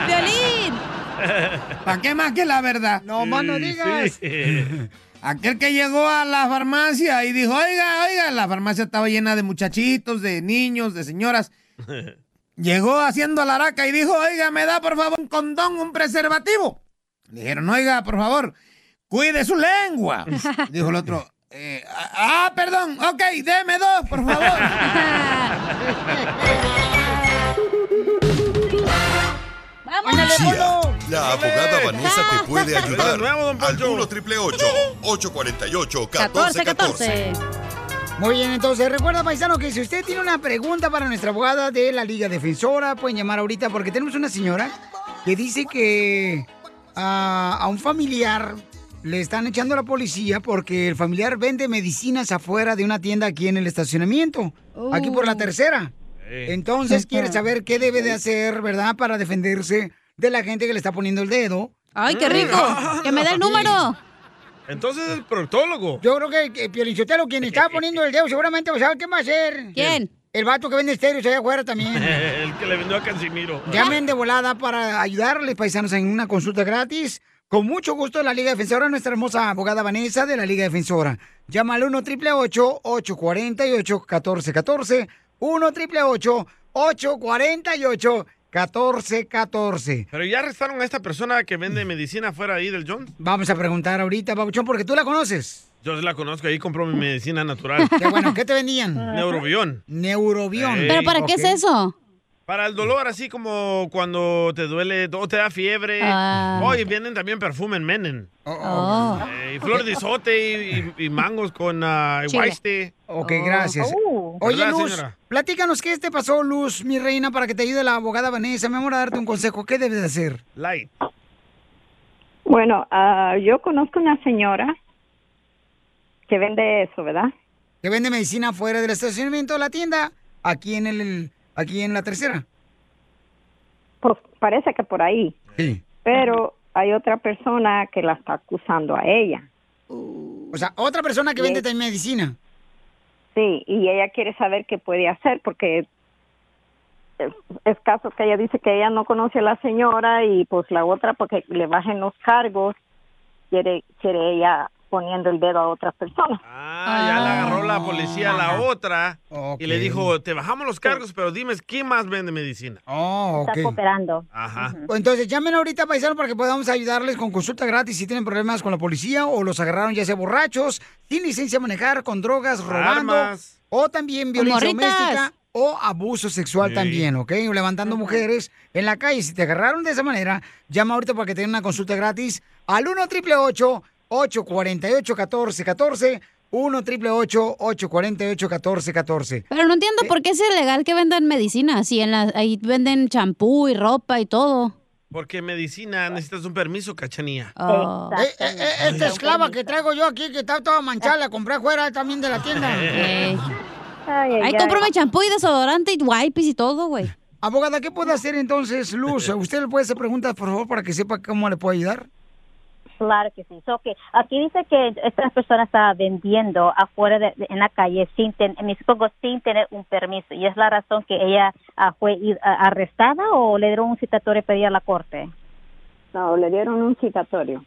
no, ¿Para qué más que la verdad? No, más no Sí, digas. Aquel que llegó a la farmacia y dijo, oiga, oiga, la farmacia estaba llena de muchachitos, de niños, de señoras. Llegó haciendo la araca y dijo, oiga, me da por favor un condón, un preservativo. Le dijeron, oiga, por favor, cuide su lengua. Dijo el otro, "Eh, ah, perdón, ok, deme dos, por favor. Chía, la abogada Vanessa te puede ayudar. De nuevo, Al 1 triple 848 1414. Muy bien, entonces recuerda, paisano, que si usted tiene una pregunta para nuestra abogada de la Liga Defensora, pueden llamar ahorita porque tenemos una señora que dice que ah, a un familiar le están echando a la policía porque el familiar vende medicinas afuera de una tienda aquí en el estacionamiento, aquí por la tercera. Entonces quiere saber qué debe de hacer, ¿verdad?, para defenderse de la gente que le está poniendo el dedo. Mm. ¡Ay, qué rico! ¡Que me dé el número! Entonces es proctólogo. Yo creo que, que Piolichotelo, quien estaba poniendo el dedo, seguramente, pues, ¿sabe qué va a hacer? ¿Quién? El vato que vende estéreos allá afuera también. El que le vendió a Casimiro. Llamen de volada para ayudarles, paisanos, en una consulta gratis. Con mucho gusto de la Liga Defensora, nuestra hermosa abogada Vanessa de la Liga Defensora. Llama al 1 888 848 1414 1 888 848 1414 Pero ya arrestaron a esta persona que vende medicina fuera ahí del John. Vamos a preguntar ahorita, Pabuchón, porque tú la conoces. Yo la conozco, ahí compró mi medicina natural. Qué bueno, ¿qué te vendían? Neurobión. Neurobión. Ey. ¿Pero para qué Ok. es eso? Para el dolor, así como cuando te duele o te da fiebre. Ah. Oye, vienen también perfume en Menen. Oh. Eh, y flor de isote y, y- y mangos con ah, Chile. white tea. Ok, gracias. Oh. Oye, ¿Verdad, Luz, señora? platícanos qué te pasó, Luz, mi reina, para que te ayude la abogada Vanessa, mi amor, a darte un consejo. ¿Qué debes de hacer? Light. Bueno, ah, yo conozco una señora que vende eso, ¿verdad? Que vende medicina fuera del estacionamiento de la tienda, aquí en el, el- aquí en la tercera. Pues parece que por ahí. Sí. Pero hay otra persona que la está acusando a ella. O sea, otra persona que vende también medicina. Sí, y ella quiere saber qué puede hacer porque es, es caso que ella dice que ella no conoce a la señora y pues la otra porque le bajen los cargos quiere quiere ella poniendo el dedo a otras personas. Ah, ya la agarró la policía a la otra y le dijo, te bajamos los cargos, pero dime, ¿quién más vende medicina? Oh, ok. cooperando. Ajá. Pues Entonces, llamen ahorita, paisano, para que podamos ayudarles con consulta gratis si tienen problemas con la policía o los agarraron ya sea borrachos, sin licencia a manejar, con drogas, robando. Armas. O también violencia morritas. doméstica o abuso sexual también, ¿ok? O Levantando mujeres en la calle. Si te agarraron de esa manera, llama ahorita para que tengan una consulta gratis al 1 888 848 1414 1 888 848 1414 Pero no entiendo por qué es ilegal que vendan medicina. Si en la, ahí venden champú y ropa y todo. Porque medicina necesitas un permiso, cachanía. Ah. Oh. Eh, eh, eh, esta esclava que traigo yo aquí, que está toda manchada, la compré fuera también de la tienda. Ey. Ahí cómprame champú y desodorante y wipes y todo, güey. Abogada, ¿qué puede hacer entonces, Luz? ¿Usted le puede hacer preguntas, por favor, para que sepa cómo le puedo ayudar? Claro que sí. So, que aquí dice que estas personas están vendiendo afuera de, de- en la calle sin ten- en mis ojos, sin tener un permiso y es la razón que ella ah, fue ir- a- arrestada o le dieron un citatorio y pedí a la corte. No, le dieron un citatorio.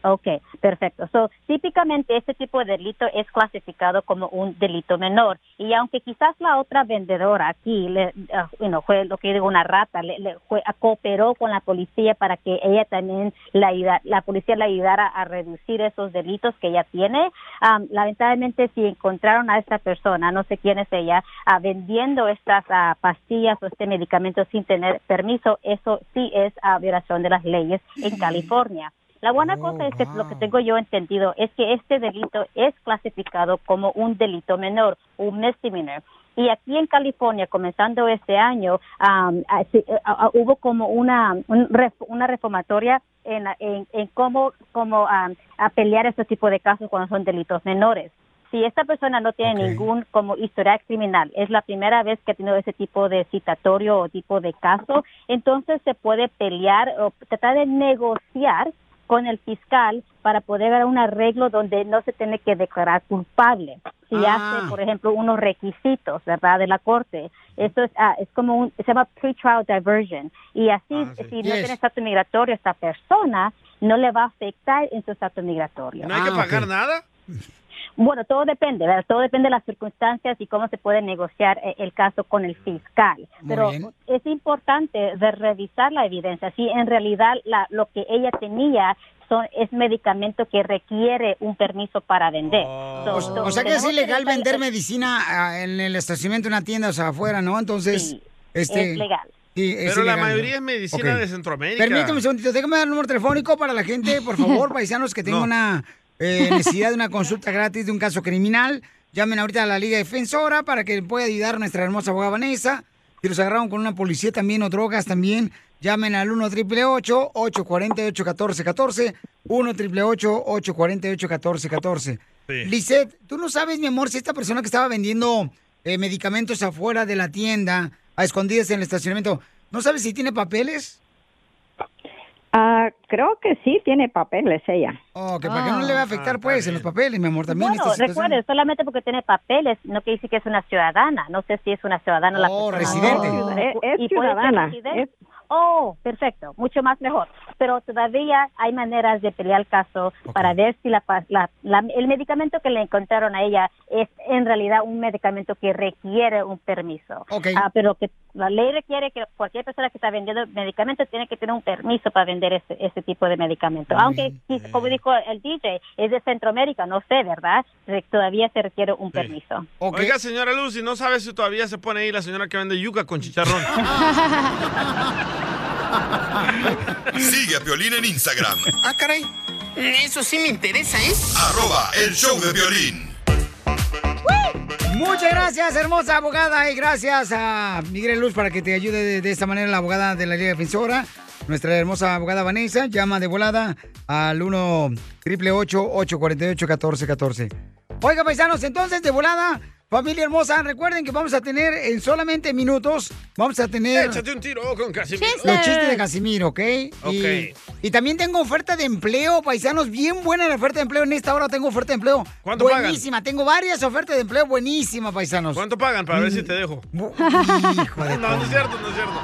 Okay, perfecto. So, típicamente este tipo de delito es clasificado como un delito menor y aunque quizás la otra vendedora aquí, le, ah, you know, fue lo que digo una rata, le, le fue- ah, cooperó con la policía para que ella también la ayuda- la policía la ayudara a reducir esos delitos que ella tiene. ah, lamentablemente si encontraron a esta persona, no sé quién es ella, ah, vendiendo estas ah, pastillas o este medicamento sin tener permiso, eso sí es ah, violación de las leyes en California. La buena cosa es que lo que tengo yo entendido es que este delito es clasificado como un delito menor, un misdemeanor. Y aquí en California, comenzando este año, am, así, eh, ah, ah, hubo como una, un ref- una reformatoria en, la- en, en cómo, cómo am, a pelear este tipo de casos cuando son delitos menores. Si esta persona no tiene ningún como historial criminal, es la primera vez que ha tenido ese tipo de citatorio o tipo de caso, entonces se puede pelear o tratar de negociar con el fiscal para poder dar un arreglo donde no se tiene que declarar culpable. Si Ah. hace, por ejemplo, unos requisitos, ¿verdad?, de la corte. Esto es, ah, es como un, se llama pretrial diversion. Y así, Ah, si Yes. no tiene estatus migratorio esta persona, no le va a afectar en su estatus migratorio. ¿No hay Ah, que pagar nada? Bueno, todo depende, ¿verdad? Todo depende de las circunstancias y cómo se puede negociar eh, el caso con el fiscal. Muy Pero bien. es importante de revisar la evidencia. Si en realidad la- lo que ella tenía son, es medicamento que requiere un permiso para vender. Oh. So, O, so, o sea que es tenemos ilegal revisar- vender medicina ah, en el estacionamiento de una tienda, o sea, afuera, ¿no? Entonces, este... es legal. sí, es Pero la ilegal, ¿no? mayoría es medicina Ok. de Centroamérica. Permíteme un segundito, déjame dar el número telefónico para la gente, por favor, paisanos que tengan No. una eh, necesidad de una consulta gratis de un caso criminal. Llamen ahorita a la Liga Defensora para que pueda ayudar a nuestra hermosa abogada Vanessa. Si los agarraron con una policía también o drogas también, llamen al 1 888 848 1414 1 888 848 1414 Lizeth, tú no sabes, mi amor, si esta persona que estaba vendiendo eh, medicamentos afuera de la tienda, a escondidas en el estacionamiento, ¿no sabes si tiene papeles? Ah, creo que sí tiene papeles ella. Oh, que para que no le va a afectar, pues, en los papeles, mi amor, también. Bueno, esta situación. recuerde, solamente porque tiene papeles, no que dice que es una ciudadana. No sé si es una ciudadana la Oh, persona. residente. No, Es- es y por eso ciudadana, residen- es- Oh, perfecto, mucho más mejor. Pero todavía hay maneras de pelear el caso para ver si la, pa- la- la- el medicamento que le encontraron a ella es en realidad un medicamento que requiere un permiso. Ah, pero que la ley requiere que cualquier persona que está vendiendo medicamento tiene que tener un permiso para vender ese, ese tipo de medicamento. Aunque, sí, como dijo el DJ, es de Centroamérica, no sé, ¿verdad? Re- Todavía se requiere un permiso. Oiga, señora Lucy, no sabe si todavía se pone ahí la señora que vende yuca con chicharrón. Sigue a Piolín en Instagram, Ah, caray. Eso sí me interesa, ¿eh? arroba el show de violín. Muchas gracias, hermosa abogada, y gracias a Miguel Luz para que te ayude de, de esta manera la abogada de la Liga Defensora. Nuestra hermosa abogada Vanessa llama de volada al 1 848 1414 Oiga, paisanos, entonces de volada, familia hermosa, recuerden que vamos a tener en solamente minutos, vamos a tener Échate un tiro con Casimiro. los chistes de Casimiro, ¿ok? Y, Ok. y también tengo oferta de empleo, paisanos, bien buena la oferta de empleo. En esta hora tengo oferta de empleo. ¿Cuánto pagan? buenísima, tengo varias ofertas de empleo buenísimas, paisanos. Mm, ¿Cuánto pagan para ver si te dejo? Bu- no, no es cierto, no es cierto.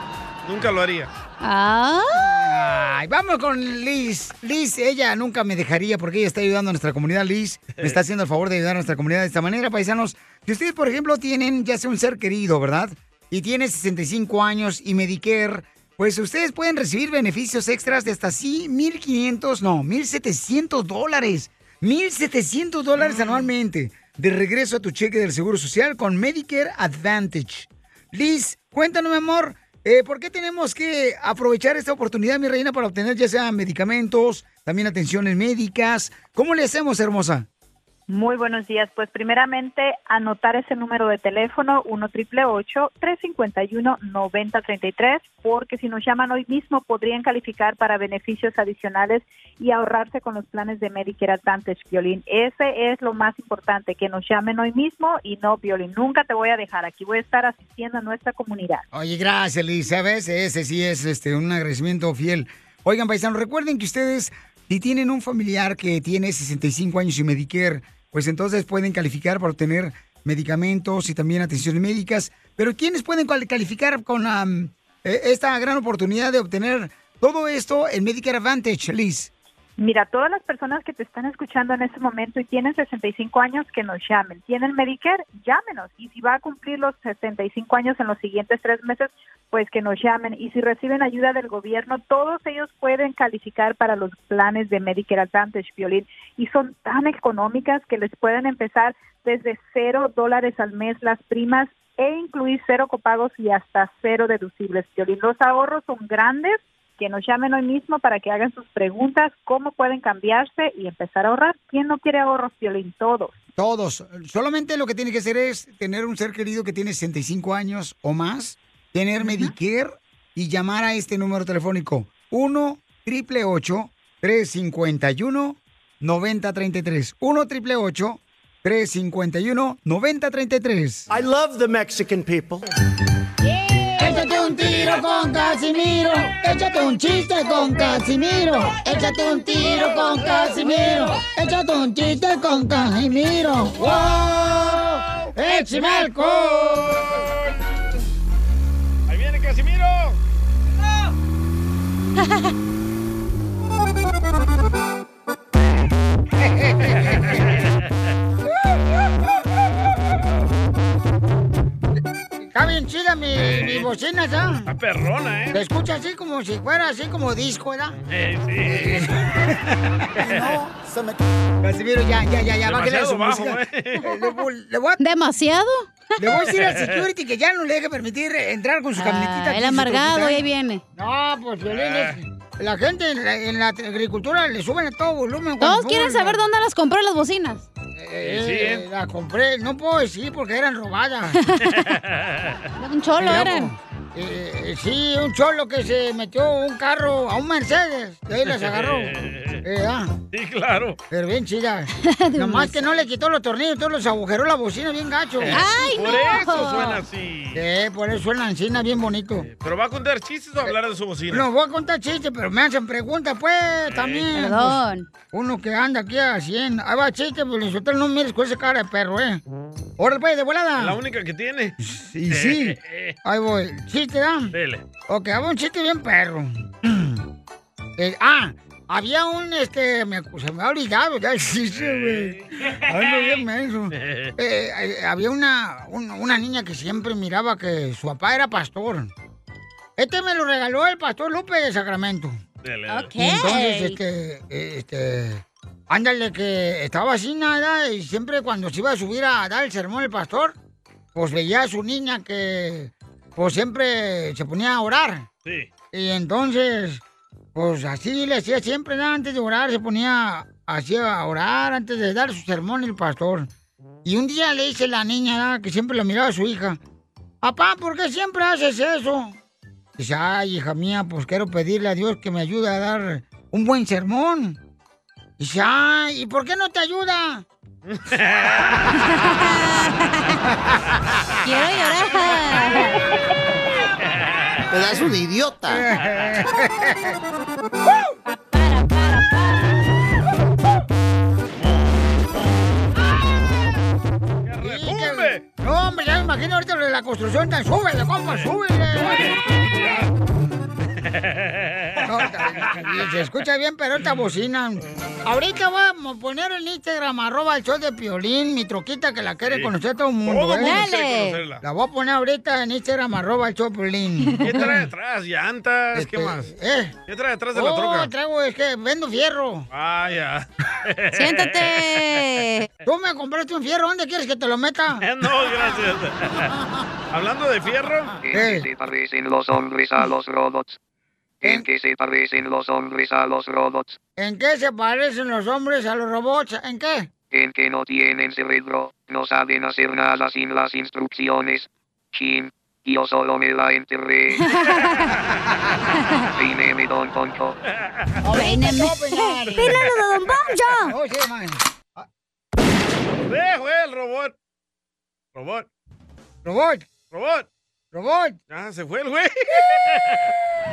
Nunca lo haría. Ay, vamos con Liz. Liz, ella nunca me dejaría porque ella está ayudando a nuestra comunidad. Liz me está haciendo el favor de ayudar a nuestra comunidad de esta manera, paisanos. Si ustedes, por ejemplo, tienen ya sea un ser querido, ¿verdad? Y tiene 65 años y Medicare, pues ustedes pueden recibir beneficios extras de hasta sí 1.500, no, 1.700 dólares. 1.700 dólares anualmente de regreso a tu cheque del Seguro Social con Medicare Advantage. Liz, cuéntanos, mi amor, eh, ¿por qué tenemos que aprovechar esta oportunidad, mi reina, para obtener ya sea medicamentos, también atenciones médicas? ¿Cómo le hacemos, hermosa? Muy buenos días. Pues primeramente anotar ese número de teléfono 1 triple 351 9033 porque si nos llaman hoy mismo podrían calificar para beneficios adicionales y ahorrarse con los planes de Medicare Advantage Violín. Ese es lo más importante, que nos llamen hoy mismo y no Violín, nunca te voy a dejar. Aquí voy a estar asistiendo a nuestra comunidad. Oye, gracias, Liz. ¿Sabes? Ese sí es este, un agradecimiento fiel. Oigan, paisanos, recuerden que ustedes, si tienen un familiar que tiene 65 años y Medicare, pues entonces pueden calificar para obtener medicamentos y también atenciones médicas. Pero ¿quiénes pueden cual- calificar con am, eh, esta gran oportunidad de obtener todo esto en Medicare Advantage, Liz? Mira, todas las personas que te están escuchando en este momento y tienen 65 años, que nos llamen. ¿Tienen Medicare? Llámenos. Y si va a cumplir los 65 años en los siguientes tres meses, pues que nos llamen. Y si reciben ayuda del gobierno, todos ellos pueden calificar para los planes de Medicare Advantage, Violín. Y son tan económicas que les pueden empezar desde cero dólares al mes las primas e incluir cero copagos y hasta cero deducibles, Violín. Los ahorros son grandes que nos llamen hoy mismo para que hagan sus preguntas, cómo pueden cambiarse y empezar a ahorrar. ¿Quién no quiere ahorros, Violín? Todos. Todos. Solamente lo que tiene que hacer es tener un ser querido que tiene 65 años o más, tener Medicare y llamar a este número telefónico 1 888 351 9033 1 888 351 9033 I love the Mexican people. Échate un tiro con Casimiro. Échate un chiste con Casimiro. Échate un tiro con Casimiro. Échate un chiste con Casimiro. ¡Wow! ¡Échame alcohol! ¡Ahí viene Casimiro! Está bien chida mi, Sí. mi bocina ya. Está perrona, ¿eh? Se escucha así como si fuera así como disco, ¿verdad? Eh, sí. No, se me... Casimiro, ya, ya, ya, ya, bájale a su Demasiado Ah, bajo, música. ¿eh? Le voy- le voy a- ¿Demasiado? Le voy a decir al security que ya no le deje permitir entrar con su Ah, camionetita. el amargado, ahí viene. No, pues Violín Ah. es- La gente en la, en la agricultura le suben a todo volumen. cuando Todos suben quieren la- saber dónde las compró las bocinas. Eh, Sí, ¿eh? La compré, no puedo decir porque eran robadas. Un cholo Luego, eran. eh, sí, un cholo que se metió a un carro, a un Mercedes, y ahí las agarró. Eh, ah. Sí, claro. Pero bien chida. Nomás que no le quitó los tornillos, todos los agujeró la bocina bien gacho. ¡Ay, Eh, Por no! eso suena así. Eh, Sí, por eso suena encina bien bonito. ¿Pero va a contar chistes o hablar de su bocina? No, voy a contar chistes, pero me hacen preguntas, Eh, pues, también. Perdón. Pues, uno que anda aquí a 100. Ahí va chiste, pues, insultar no mires con esa cara de perro, ¿eh? Órale, pues, de volada. La única que tiene. Eh, Sí, sí. Ahí voy. ¿Chiste, da? Dele. Ok, hago un chiste bien perro. Eh, ah, había un, este, me, se me ha olvidado ya el chiste, güey. Ay, no, bien menso. Eh, eh, había una, un- una niña que siempre miraba que su papá era pastor. Este me lo regaló el pastor Lupe de Sacramento. Dele. Y entonces, este, eh, este, ándale que estaba así nada y siempre cuando se iba a subir a dar el sermón el pastor, pues veía a su niña que, pues siempre se ponía a orar. Sí. Y entonces, pues así le hacía siempre, ¿no? antes de orar, se ponía así a orar, antes de dar su sermón el pastor. Y un día le dice la niña, ¿no? que siempre lo miraba a su hija, papá, ¿por qué siempre haces eso? Dice, ay, hija mía, pues quiero pedirle a Dios que me ayude a dar un buen sermón. Dice, ay, ¿y por qué no te ayuda? Quiero llorar. Te das un idiota. Sí, que- No, hombre, ya me imagino ahorita lo de la construcción tan súbele, compa, súbele. No, Y se escucha bien, pero esta bocina. Ahorita vamos a poner en Instagram, arroba el show de Piolín, mi troquita que la quiere Sí. Oh, conocer todo el mundo. Todo el mundo ¿eh? quiere Dale. conocerla. La voy a poner ahorita en Instagram, arroba el show de Piolín. ¿Qué trae atrás? ¿Llantas? ¿Qué más? ¿Eh? ¿Qué trae atrás de la Oh, troca? traigo, es que vendo fierro. Ah, ya. Tú me compraste un fierro, ¿dónde quieres que te lo meta? No, gracias. Hablando de fierro. ¿En qué se parecen los hombres a los robots? ¿En qué se parecen los hombres a los robots? ¿En qué se parecen los hombres a los robots? ¿En qué? En que no tienen cerebro, no saben hacer nada sin las instrucciones. Chin, yo solo me la enterré. Dime, don Poncho. Peíname. Peínalo, don Poncho. Oh, sí, man. Ve, güey, el Eh, robot. Robot. Robot. Robot. Robot. Ah, se fue el güey.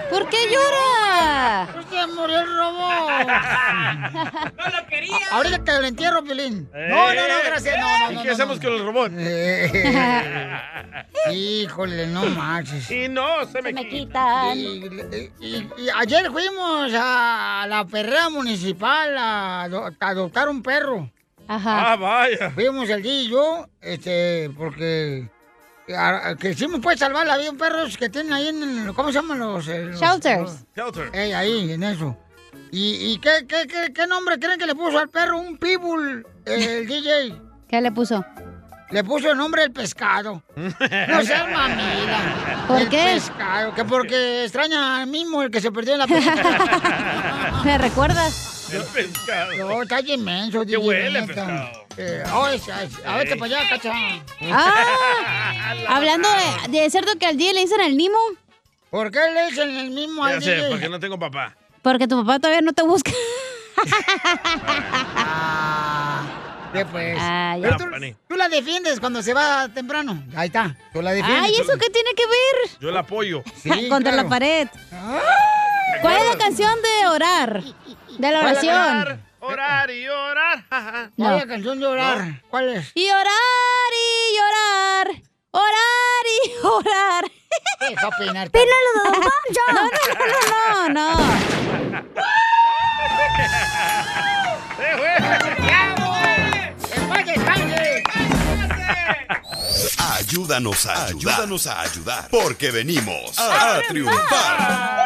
¿Por qué llora? Se murió el robot. No lo quería. Ahorita te lo entierro, Piolín. No, no, no, gracias. No, Eh. no, ¿Y no, qué no, hacemos con el robot? Híjole, no manches. Y no, se me, quitan. Y, y- y ayer fuimos a la perrera municipal a, ado- a adoptar un perro. Ajá. Ah, vaya. Fuimos el día y yo, este, porque a- a- quisimos pues salvar la vida de un perro que tienen ahí en, el- ¿cómo se llaman los? eh, los- Shelters. Shelter. Ey, ahí, en eso. ¿Y, y qué, qué, qué, qué nombre creen que le puso al perro un pitbull, eh, el DJ? ¿Qué le puso? Le puso el nombre del pescado. No seas mamila. ¿Por El qué? pescado, que porque extraña al mismo el que se perdió en la pesca. ¿Me recuerdas? El pescado. No, está bien menso, DJ. huele a neta. pescado. Eh, oh, es- es- a vete Ey. para allá, cacha. Ah, hablando de, de cerdo que al día le dicen al Nimo, ¿Por qué le dicen el mismo Ya al sé, DJ? porque no tengo papá. porque tu papá todavía no te busca. ¿Qué pues? Ay, Pero ya. tú, Pani. tú la defiendes cuando se va temprano. Ahí está, tú la defiendes. Ay, ¿eso qué tiene que ver? Yo la apoyo. Contra la pared. ¿Cuál es la canción de orar? De la oración. Orar y orar. ¿Cuál es la canción de orar? ¿Cuál es? Y orar y llorar. Orar y orar. Deja peinarte. ¡Pínalo, don Poncho! No, no, no, no, no. Eh, Ayúdanos a ayudar. Ayúdanos a ayudar. Porque venimos a, a triunfar.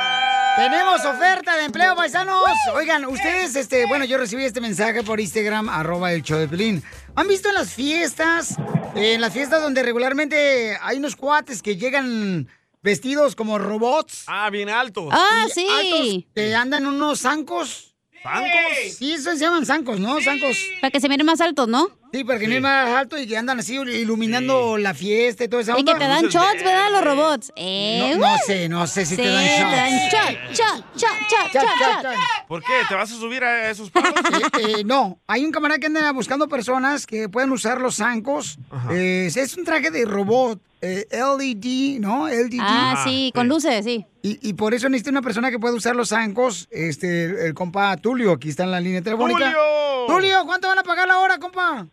Tenemos oferta de empleo, paisanos. Oigan, ustedes, este, bueno, yo recibí este mensaje por Instagram, arroba el show de Pelín. ¿Han visto en las fiestas? eh, en las fiestas donde regularmente hay unos cuates que llegan vestidos como robots. Ah, bien altos. Y altos que andan unos zancos. ¿Zancos? Sí, eso se llaman zancos, ¿no? Zancos. Para que se miren más altos, ¿no? Sí, para que miren más altos y que andan así iluminando la fiesta y todo eso. Y que te dan shots, ¿verdad? Los robots. No, Eh, no sé, no sé si Sí, te dan shots. te dan shot, shot, shot, shot, Shot, shot, shot, shot. ¿Por qué? ¿Te vas a subir a esos Eh, eh, no, hay un camarada que anda buscando personas que pueden usar los zancos. Eh, es un traje de robot, eh, LED, ¿no? LED. Ah, sí, con luces, sí. Y, y por eso necesita una persona que pueda usar los zancos. Este, el, el compa Tulio, aquí está en la línea telefónica. ¡Tulio! ¡Tulio! ¿Cuánto van a pagar la hora, compa?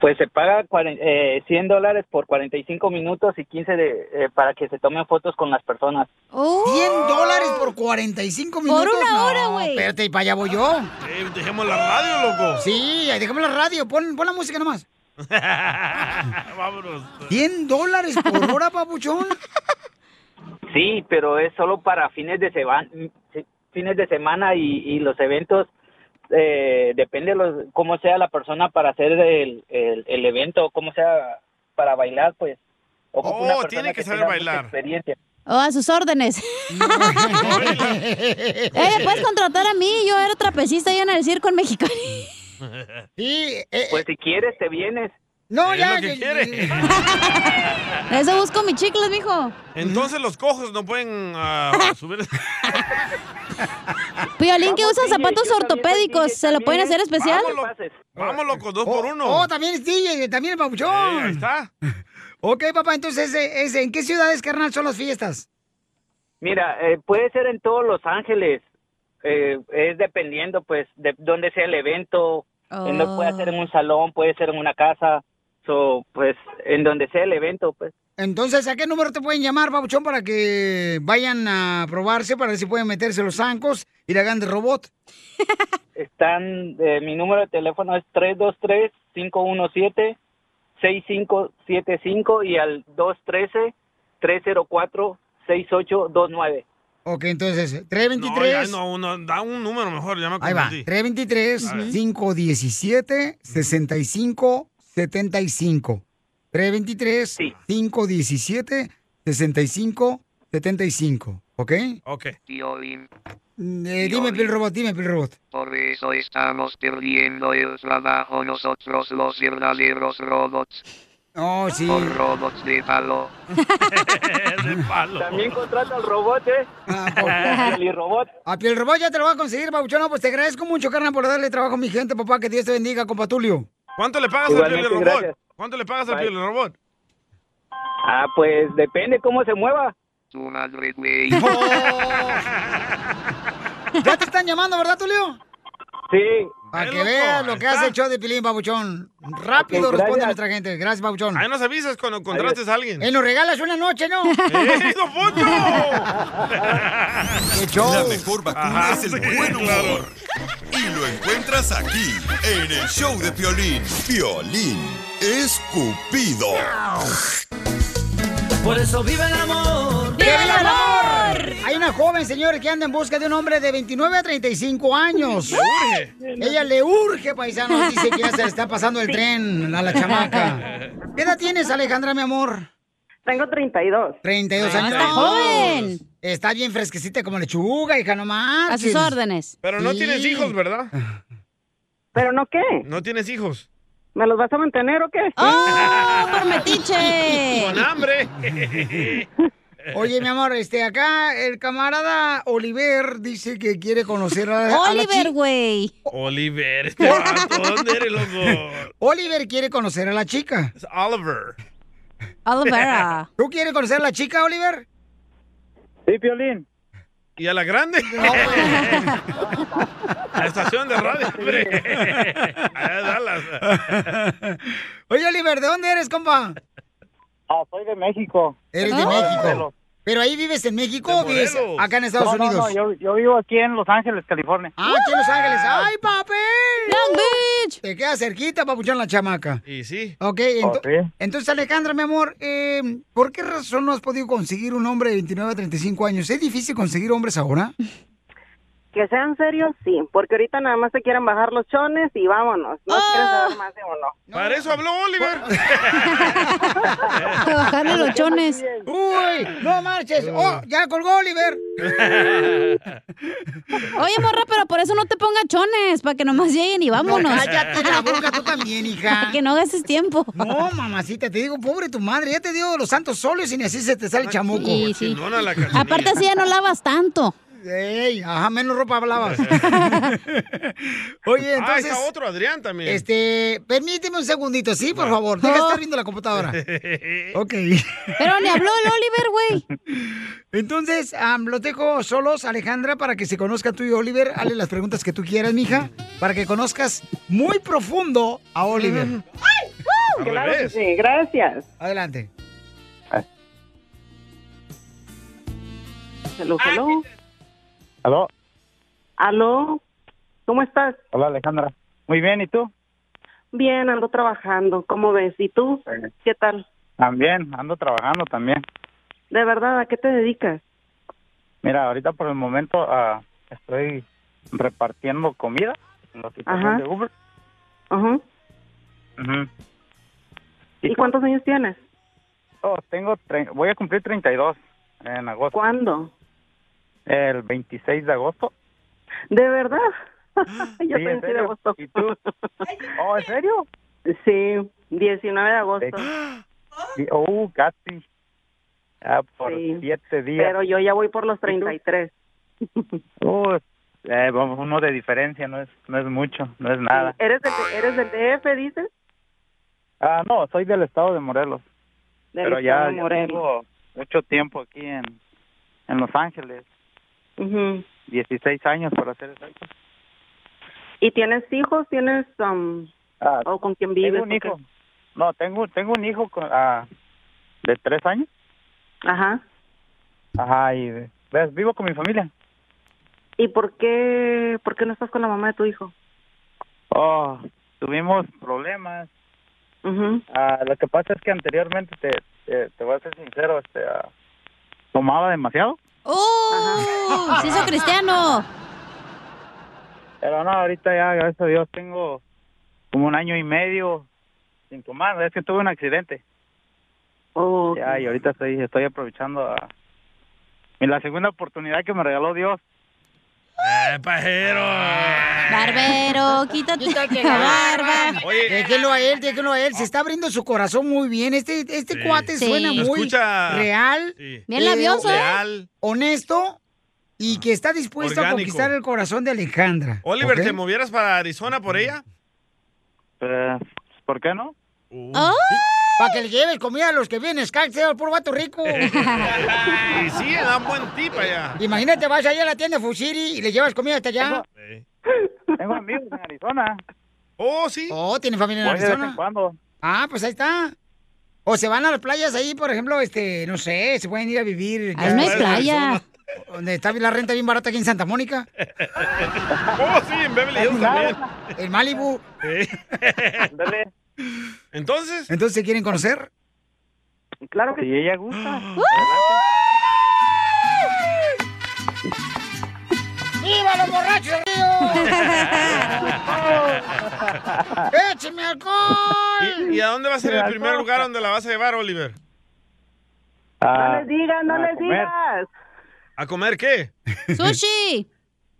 Pues se paga cuaren- eh, 100 dólares por 45 minutos y 15 de, eh, para que se tomen fotos con las personas. Oh. 100 dólares por 45 minutos. Por una hora, güey. Espérate, y para allá voy yo. Eh, dejemos la radio, loco. Sí, ahí déjame la radio, pon, pon la música nomás. Vámonos. 100 dólares por hora, papuchón. Sí, pero es solo para fines de semana, fines de semana y, y los eventos. Eh, depende los, cómo sea la persona para hacer el, el, el evento, cómo sea para bailar, pues. Ocupa una persona Oh, tiene que saber tenga mucha bailar. Experiencia. Oh, a sus órdenes. eh, puedes contratar a mí. Yo era trapecista allá en el circo en México. pues si quieres, te vienes. No, Es lo que quiere. Eso busco mis chicles, mijo. Entonces los cojos no pueden ah, subir. Piolín que usa zapatos ortopédicos, ¿se lo pueden hacer especial? Vamos, loco, ¿eh? dos por uno. Oh, también es DJ, también el papuchón. Eh, ahí está. Ok, papá, entonces, eh, es- ¿en qué ciudades, carnal, son las fiestas? Mira, eh, puede ser en todos Los Ángeles. Eh, es dependiendo, pues, de dónde sea el evento. Eh, no puede ser en un salón, puede ser en una casa. So, pues, en donde sea el evento, pues. Entonces, ¿a qué número te pueden llamar, papuchón, para que vayan a probarse, para ver si pueden meterse los zancos y le hagan de robot? Están, eh, mi número de teléfono es 323-517-6575 y al 213-304-6829. Ok, entonces, No, ya 323. no, uno, da un número mejor, ya me Ahí va, confundí. 323-517-6575. 323-517-6575. ¿Ok? Ok. Piolín, Eh, dime, Pil Robot, dime, Pil Robot. por eso estamos perdiendo el trabajo nosotros los verdaderos robots. Oh, sí. Con robots de palo. También contrata al robot, ¿eh? El robot. Ah, A Piel Robot ya te lo va a conseguir, Pabuchón. No, pues te agradezco mucho, carnal, por darle trabajo a mi gente, papá. Que Dios te bendiga, compa Tulio. ¿Cuánto le pagas al Igualmente, piel robot? gracias. ¿Cuánto le pagas al Bye. piel robot? Ah, pues depende cómo se mueva. Tu madre, güey. Ya te están llamando, ¿verdad, Tulio? Sí. Para que veas lo que hace el show de Pilín, Pabuchón. Rápido Ok, responde gracias. a nuestra gente. Gracias, Pabuchón. Ahí nos avisas cuando contrates a alguien. Eh, nos regalas una noche, ¿no? ¡Eh, don La mejor vacuna es el buen humor. Y lo encuentras aquí, en el show de Piolín. Piolín Escupido. Por eso vive el amor. ¡Viva el amor! Hay una joven, señores, que anda en busca de un hombre de 29 a 35 años. Le urge. Ella le urge, paisano. Dice que ya se le está pasando el tren a la chamaca. ¿Qué edad tienes, Alejandra, mi amor? Tengo 32. 32 Ah, años. está joven. Está bien fresquecita como lechuga, hija, no más. A sus órdenes. Pero no tienes hijos, ¿verdad? ¿Pero no qué? No tienes hijos. ¿Me los vas a mantener o qué? ¡Oh, por metiche! Con hambre. Oye, mi amor, este, acá el camarada Oliver dice que quiere conocer a, a la Oliver, chica. güey. Oliver, este vato, ¿dónde eres, loco? Oliver quiere conocer a la chica. Es Oliver. Olivera. ¿Tú quieres conocer a la chica, Oliver? Sí, Piolín. ¿Y a la grande? la estación de radio, hombre. Allá en Dallas. Oye, Oliver, ¿de dónde eres, compa? Ah, soy de México. Eres de Ah. México. Morelos. ¿Pero ahí vives en México o vives Morelos. acá en Estados No, no, Unidos? no, yo, yo vivo aquí en Los Ángeles, California. Ah, aquí en Los Ángeles. ¡Ay, papel! ¡Long Beach! Te queda cerquita, papuchón, la chamaca. Y sí. Oh, Ok, ento- Ok. entonces, Alejandra, mi amor, eh, ¿por qué razón no has podido conseguir un hombre de 29 a 35 años? ¿Es difícil conseguir hombres ahora? Que sean serios, sí, porque ahorita nada más se quieren bajar los chones y vámonos. No quieren Ah. saber más de uno. Para eso habló Oliver. A bajarle los chones. Uy, no marches. Oh, ya colgó Oliver. Oye, morra, pero por eso no te pongas chones, para que nomás lleguen y vámonos. No, cállate la boca tú también, hija. Para que no gastes tiempo. No, mamacita, te digo, pobre tu madre, ya te dio los santos soles y ni así se te sale el chamuco. Sí, sí. Aparte así ya no lavas tanto. Ey, ajá, menos ropa hablabas. Oye, Ah, entonces. está otro Adrián también. Este, permíteme un segundito, sí, por favor. Deja de estar viendo la computadora. Ok. Pero ni habló el Oliver, güey. Entonces, am, los dejo solos, Alejandra, para que se conozca tú y Oliver. Hale las preguntas que tú quieras, mija, para que conozcas muy profundo a Oliver. Mm. Al Claro que revés. sí, gracias. Adelante. Hello, hello. ¿Aló? Aló, ¿cómo estás? Hola, Alejandra. Muy bien, ¿y tú? Bien, ando trabajando. ¿Cómo ves? ¿Y tú? ¿Qué tal? También, ando trabajando también. De verdad, ¿a qué te dedicas? Mira, ahorita por el momento ah, estoy repartiendo comida en la aplicación Ajá. de Uber. Ajá. Ujú. ¿Y cuántos años tienes? Oh, tengo tre- voy a cumplir 32 en agosto. ¿Cuándo? El 26 de agosto. ¿De verdad? Yo Sí, soy de ¿en serio? agosto. ¿Y tú? ¿Oh, en serio? Sí, 19 de agosto. Sí, Oh, casi. Ah, por siete días. Pero yo ya voy por los 33. Oh, eh, vamos, uno de diferencia, no es, no es mucho, no es nada. ¿Eres del, ¿Eres del DF, dices? Ah, no, soy del estado de Morelos. Del pero estado ya, de ya Morelos. tengo mucho tiempo aquí en, en Los Ángeles, Ujú. 16 años para ser exacto. ¿Y tienes hijos? ¿Tienes um, Ah, o con quién vives? tengo un o qué? hijo. No, tengo tengo un hijo con, ah, de 3 años. Ajá. Ajá, y ves, vivo con mi familia. ¿Y por qué, por qué no estás con la mamá de tu hijo? Oh, tuvimos problemas. Ujú. Ah, lo que pasa es que anteriormente, te, eh, te, te voy a ser sincero, este, ah, tomaba demasiado. ¡Oh! ¡Se hizo cristiano! Pero no, ahorita ya, gracias a Dios, tengo como un año y medio sin tomar. Es que tuve un accidente. Ya, y ahorita estoy, estoy aprovechando a- y la segunda oportunidad que me regaló Dios. ¡Eh, pajero! Ah, Barbero, quítate, Quítate la la barba. Déjelo a él, déjelo a él. Se está abriendo su corazón muy bien. Este, este cuate Sí. suena Lo muy escucha- real. Sí. Bien labioso, ¿eh? Leal. Honesto y que está dispuesto a Orgánico. conquistar el corazón de Alejandra. Oliver, ¿ok? ¿te movieras para Arizona por ella? Pues, ¿por qué no? Para que le lleves comida a los que vienen, Skype, al puro vato rico. Y sí, da buen tip allá. Imagínate, vas allá a la tienda Fusiri y le llevas comida hasta allá. Tengo amigos en Arizona. Oh, sí. Oh, tiene familia en Voy de vez Arizona. en cuando. Ah, pues ahí está. O se van a las playas ahí, por ejemplo, este, no sé, se pueden ir a vivir. Ahí Ah, no hay playa. Donde está la renta bien barata aquí en Santa Mónica. oh, sí, en Beverly Hills también. El Malibu. Entonces. Entonces, ¿se quieren conocer? Claro que Si ella gusta. ¡Viva los borrachos, ¿Y, tío! ¡Écheme alcohol! y a dónde va a ser el primer lugar donde la vas a llevar, Oliver? Ah, digas, no a les comer. digas. ¿A comer qué? ¡Sushi!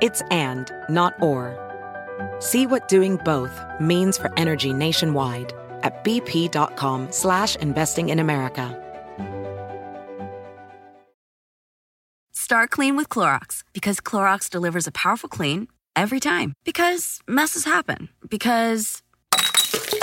It's and, not or. See what doing both means for energy nationwide at bp.com slash investing in America. Start clean with Clorox because Clorox delivers a powerful clean every time. Because messes happen. Because. didn't